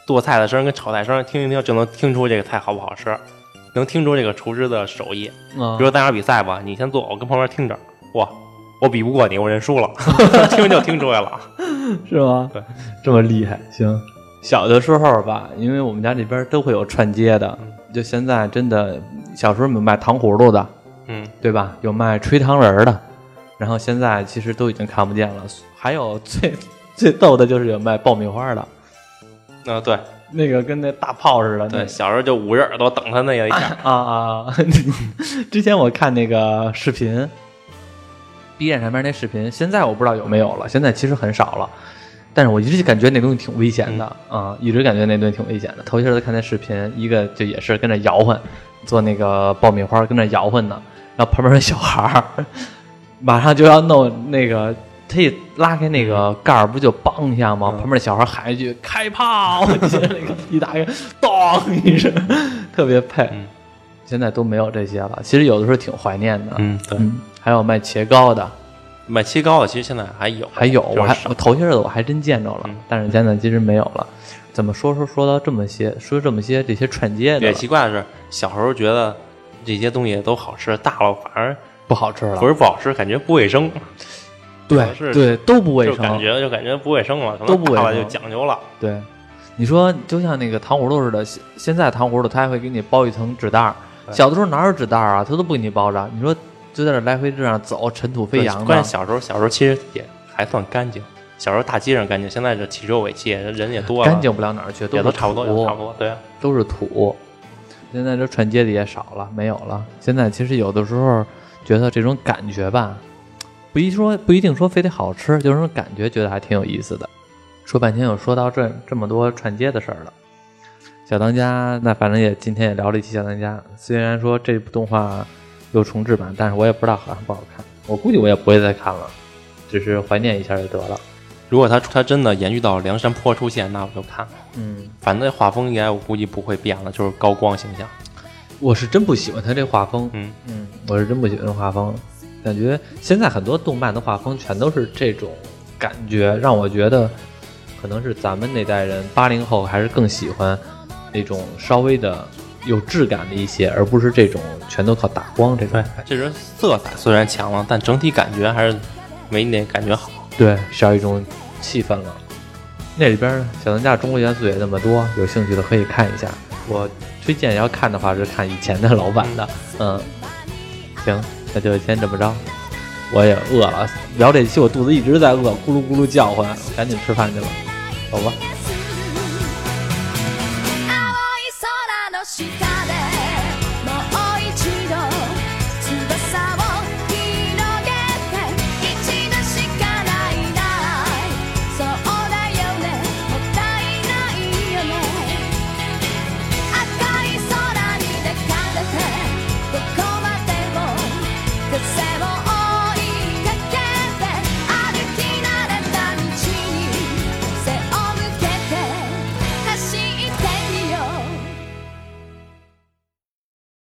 S2: 剁菜的声儿跟炒菜声儿，听一听就能听出这个菜好不好吃，能听出这个厨师的手艺。
S1: 啊
S2: 比如咱俩比赛吧，你先做，我跟旁边听着，哇，我比不过你，我认输了， 听就听出来了。
S1: 是吗？
S2: 对，
S1: 这么厉害，行。小的时候吧，因为我们家这边都会有串街的，就现在真的，小时候有卖糖葫芦的，
S2: 嗯，
S1: 对吧？有卖吹糖人儿的，然后现在其实都已经看不见了。还有最最逗的就是有卖爆米花的，
S2: 那、啊对
S1: 那个跟那大炮似的，
S2: 对，小时候就捂着耳朵等他那一下，
S1: 啊啊！ 之前我看那个视频，B 站上面那视频，现在我不知道有没有了，现在其实很少了。但是我一直感觉那东西挺危险的啊、
S2: 嗯
S1: 一直感觉那东西挺危险的。头些日子看那视频，一个就也是跟着摇晃，做那个爆米花跟着摇晃呢，然后旁边的小孩儿马上就要弄那个。他一拉开那个盖儿，不就梆一下吗？
S2: 嗯
S1: 旁边那小孩喊一句“开炮”，我觉得那个一打开，咚一声，特别配。
S2: 嗯
S1: 现在都没有这些了。其实有的时候挺怀念的。
S2: 嗯，对，
S1: 嗯还有卖茄糕的，
S2: 买切糕的其实现在还有，
S1: 还有我
S2: 就是
S1: 还
S2: 少
S1: 我头些日子我还真见着了，
S2: 嗯
S1: 但是现在其实没有了。怎么说说说到这么些，说这么些这些串街的
S2: 也
S1: 了
S2: 奇怪的是，小时候觉得这些东西都好吃，大了反而
S1: 不好吃了
S2: 不，是不好吃，感觉不卫生，
S1: 对
S2: 是
S1: 对都不卫
S2: 就感
S1: 生，
S2: 觉就感觉不卫生了，可能
S1: 都不卫
S2: 大了
S1: 生
S2: 就讲究了。
S1: 对。你说就像那个糖葫芦似的，现现在糖葫芦它还会给你包一层纸袋儿，
S2: 对
S1: 小的时候哪有纸袋儿啊，它都不给你包着。你说就在这来回这样走，尘土飞扬
S2: 关
S1: 的
S2: 键，小时候，小时候其实也还算干净。小时候大街上干净，现在这汽车尾气，人也多了，
S1: 干净不了哪儿去，
S2: 也
S1: 都
S2: 都
S1: 是
S2: 差不多，
S1: 土
S2: 也差不多。对啊，
S1: 都是土。现在这串街的也少了，没有了。现在其实有的时候觉得这种感觉吧，不一说不一定说非得好吃，就是那种感觉，觉得还挺有意思的。说半天又说到这这么多串街的事儿了。小当家，那反正也今天也聊了一期小当家，虽然说这部动画有重制版，但是我也不知道好看不好看，我估计我也不会再看了，只是怀念一下就得了。
S2: 如果它它真的延续到梁山坡出现，那我就看。
S1: 嗯，
S2: 反正画风应该我估计不会变了，就是高光形象。
S1: 我是真不喜欢他这画风，
S2: 嗯，
S1: 嗯，我是真不喜欢这画风，感觉现在很多动漫的画风全都是这种感觉，让我觉得可能是咱们那代人八零后还是更喜欢那种稍微的有质感的一些，而不是这种全都靠打光这种
S2: 对。，这人色彩虽然强了，但整体感觉还是没那感觉好。
S1: 对，少一种气氛了。那里边儿小当家中国元素也那么多，有兴趣的可以看一下。我推荐要看的话是看以前的老版的，嗯，行，那就先这么着。我也饿了，聊这期我肚子一直在饿，咕噜咕噜叫唤，我赶紧吃饭去了，走吧。
S4: 青空の下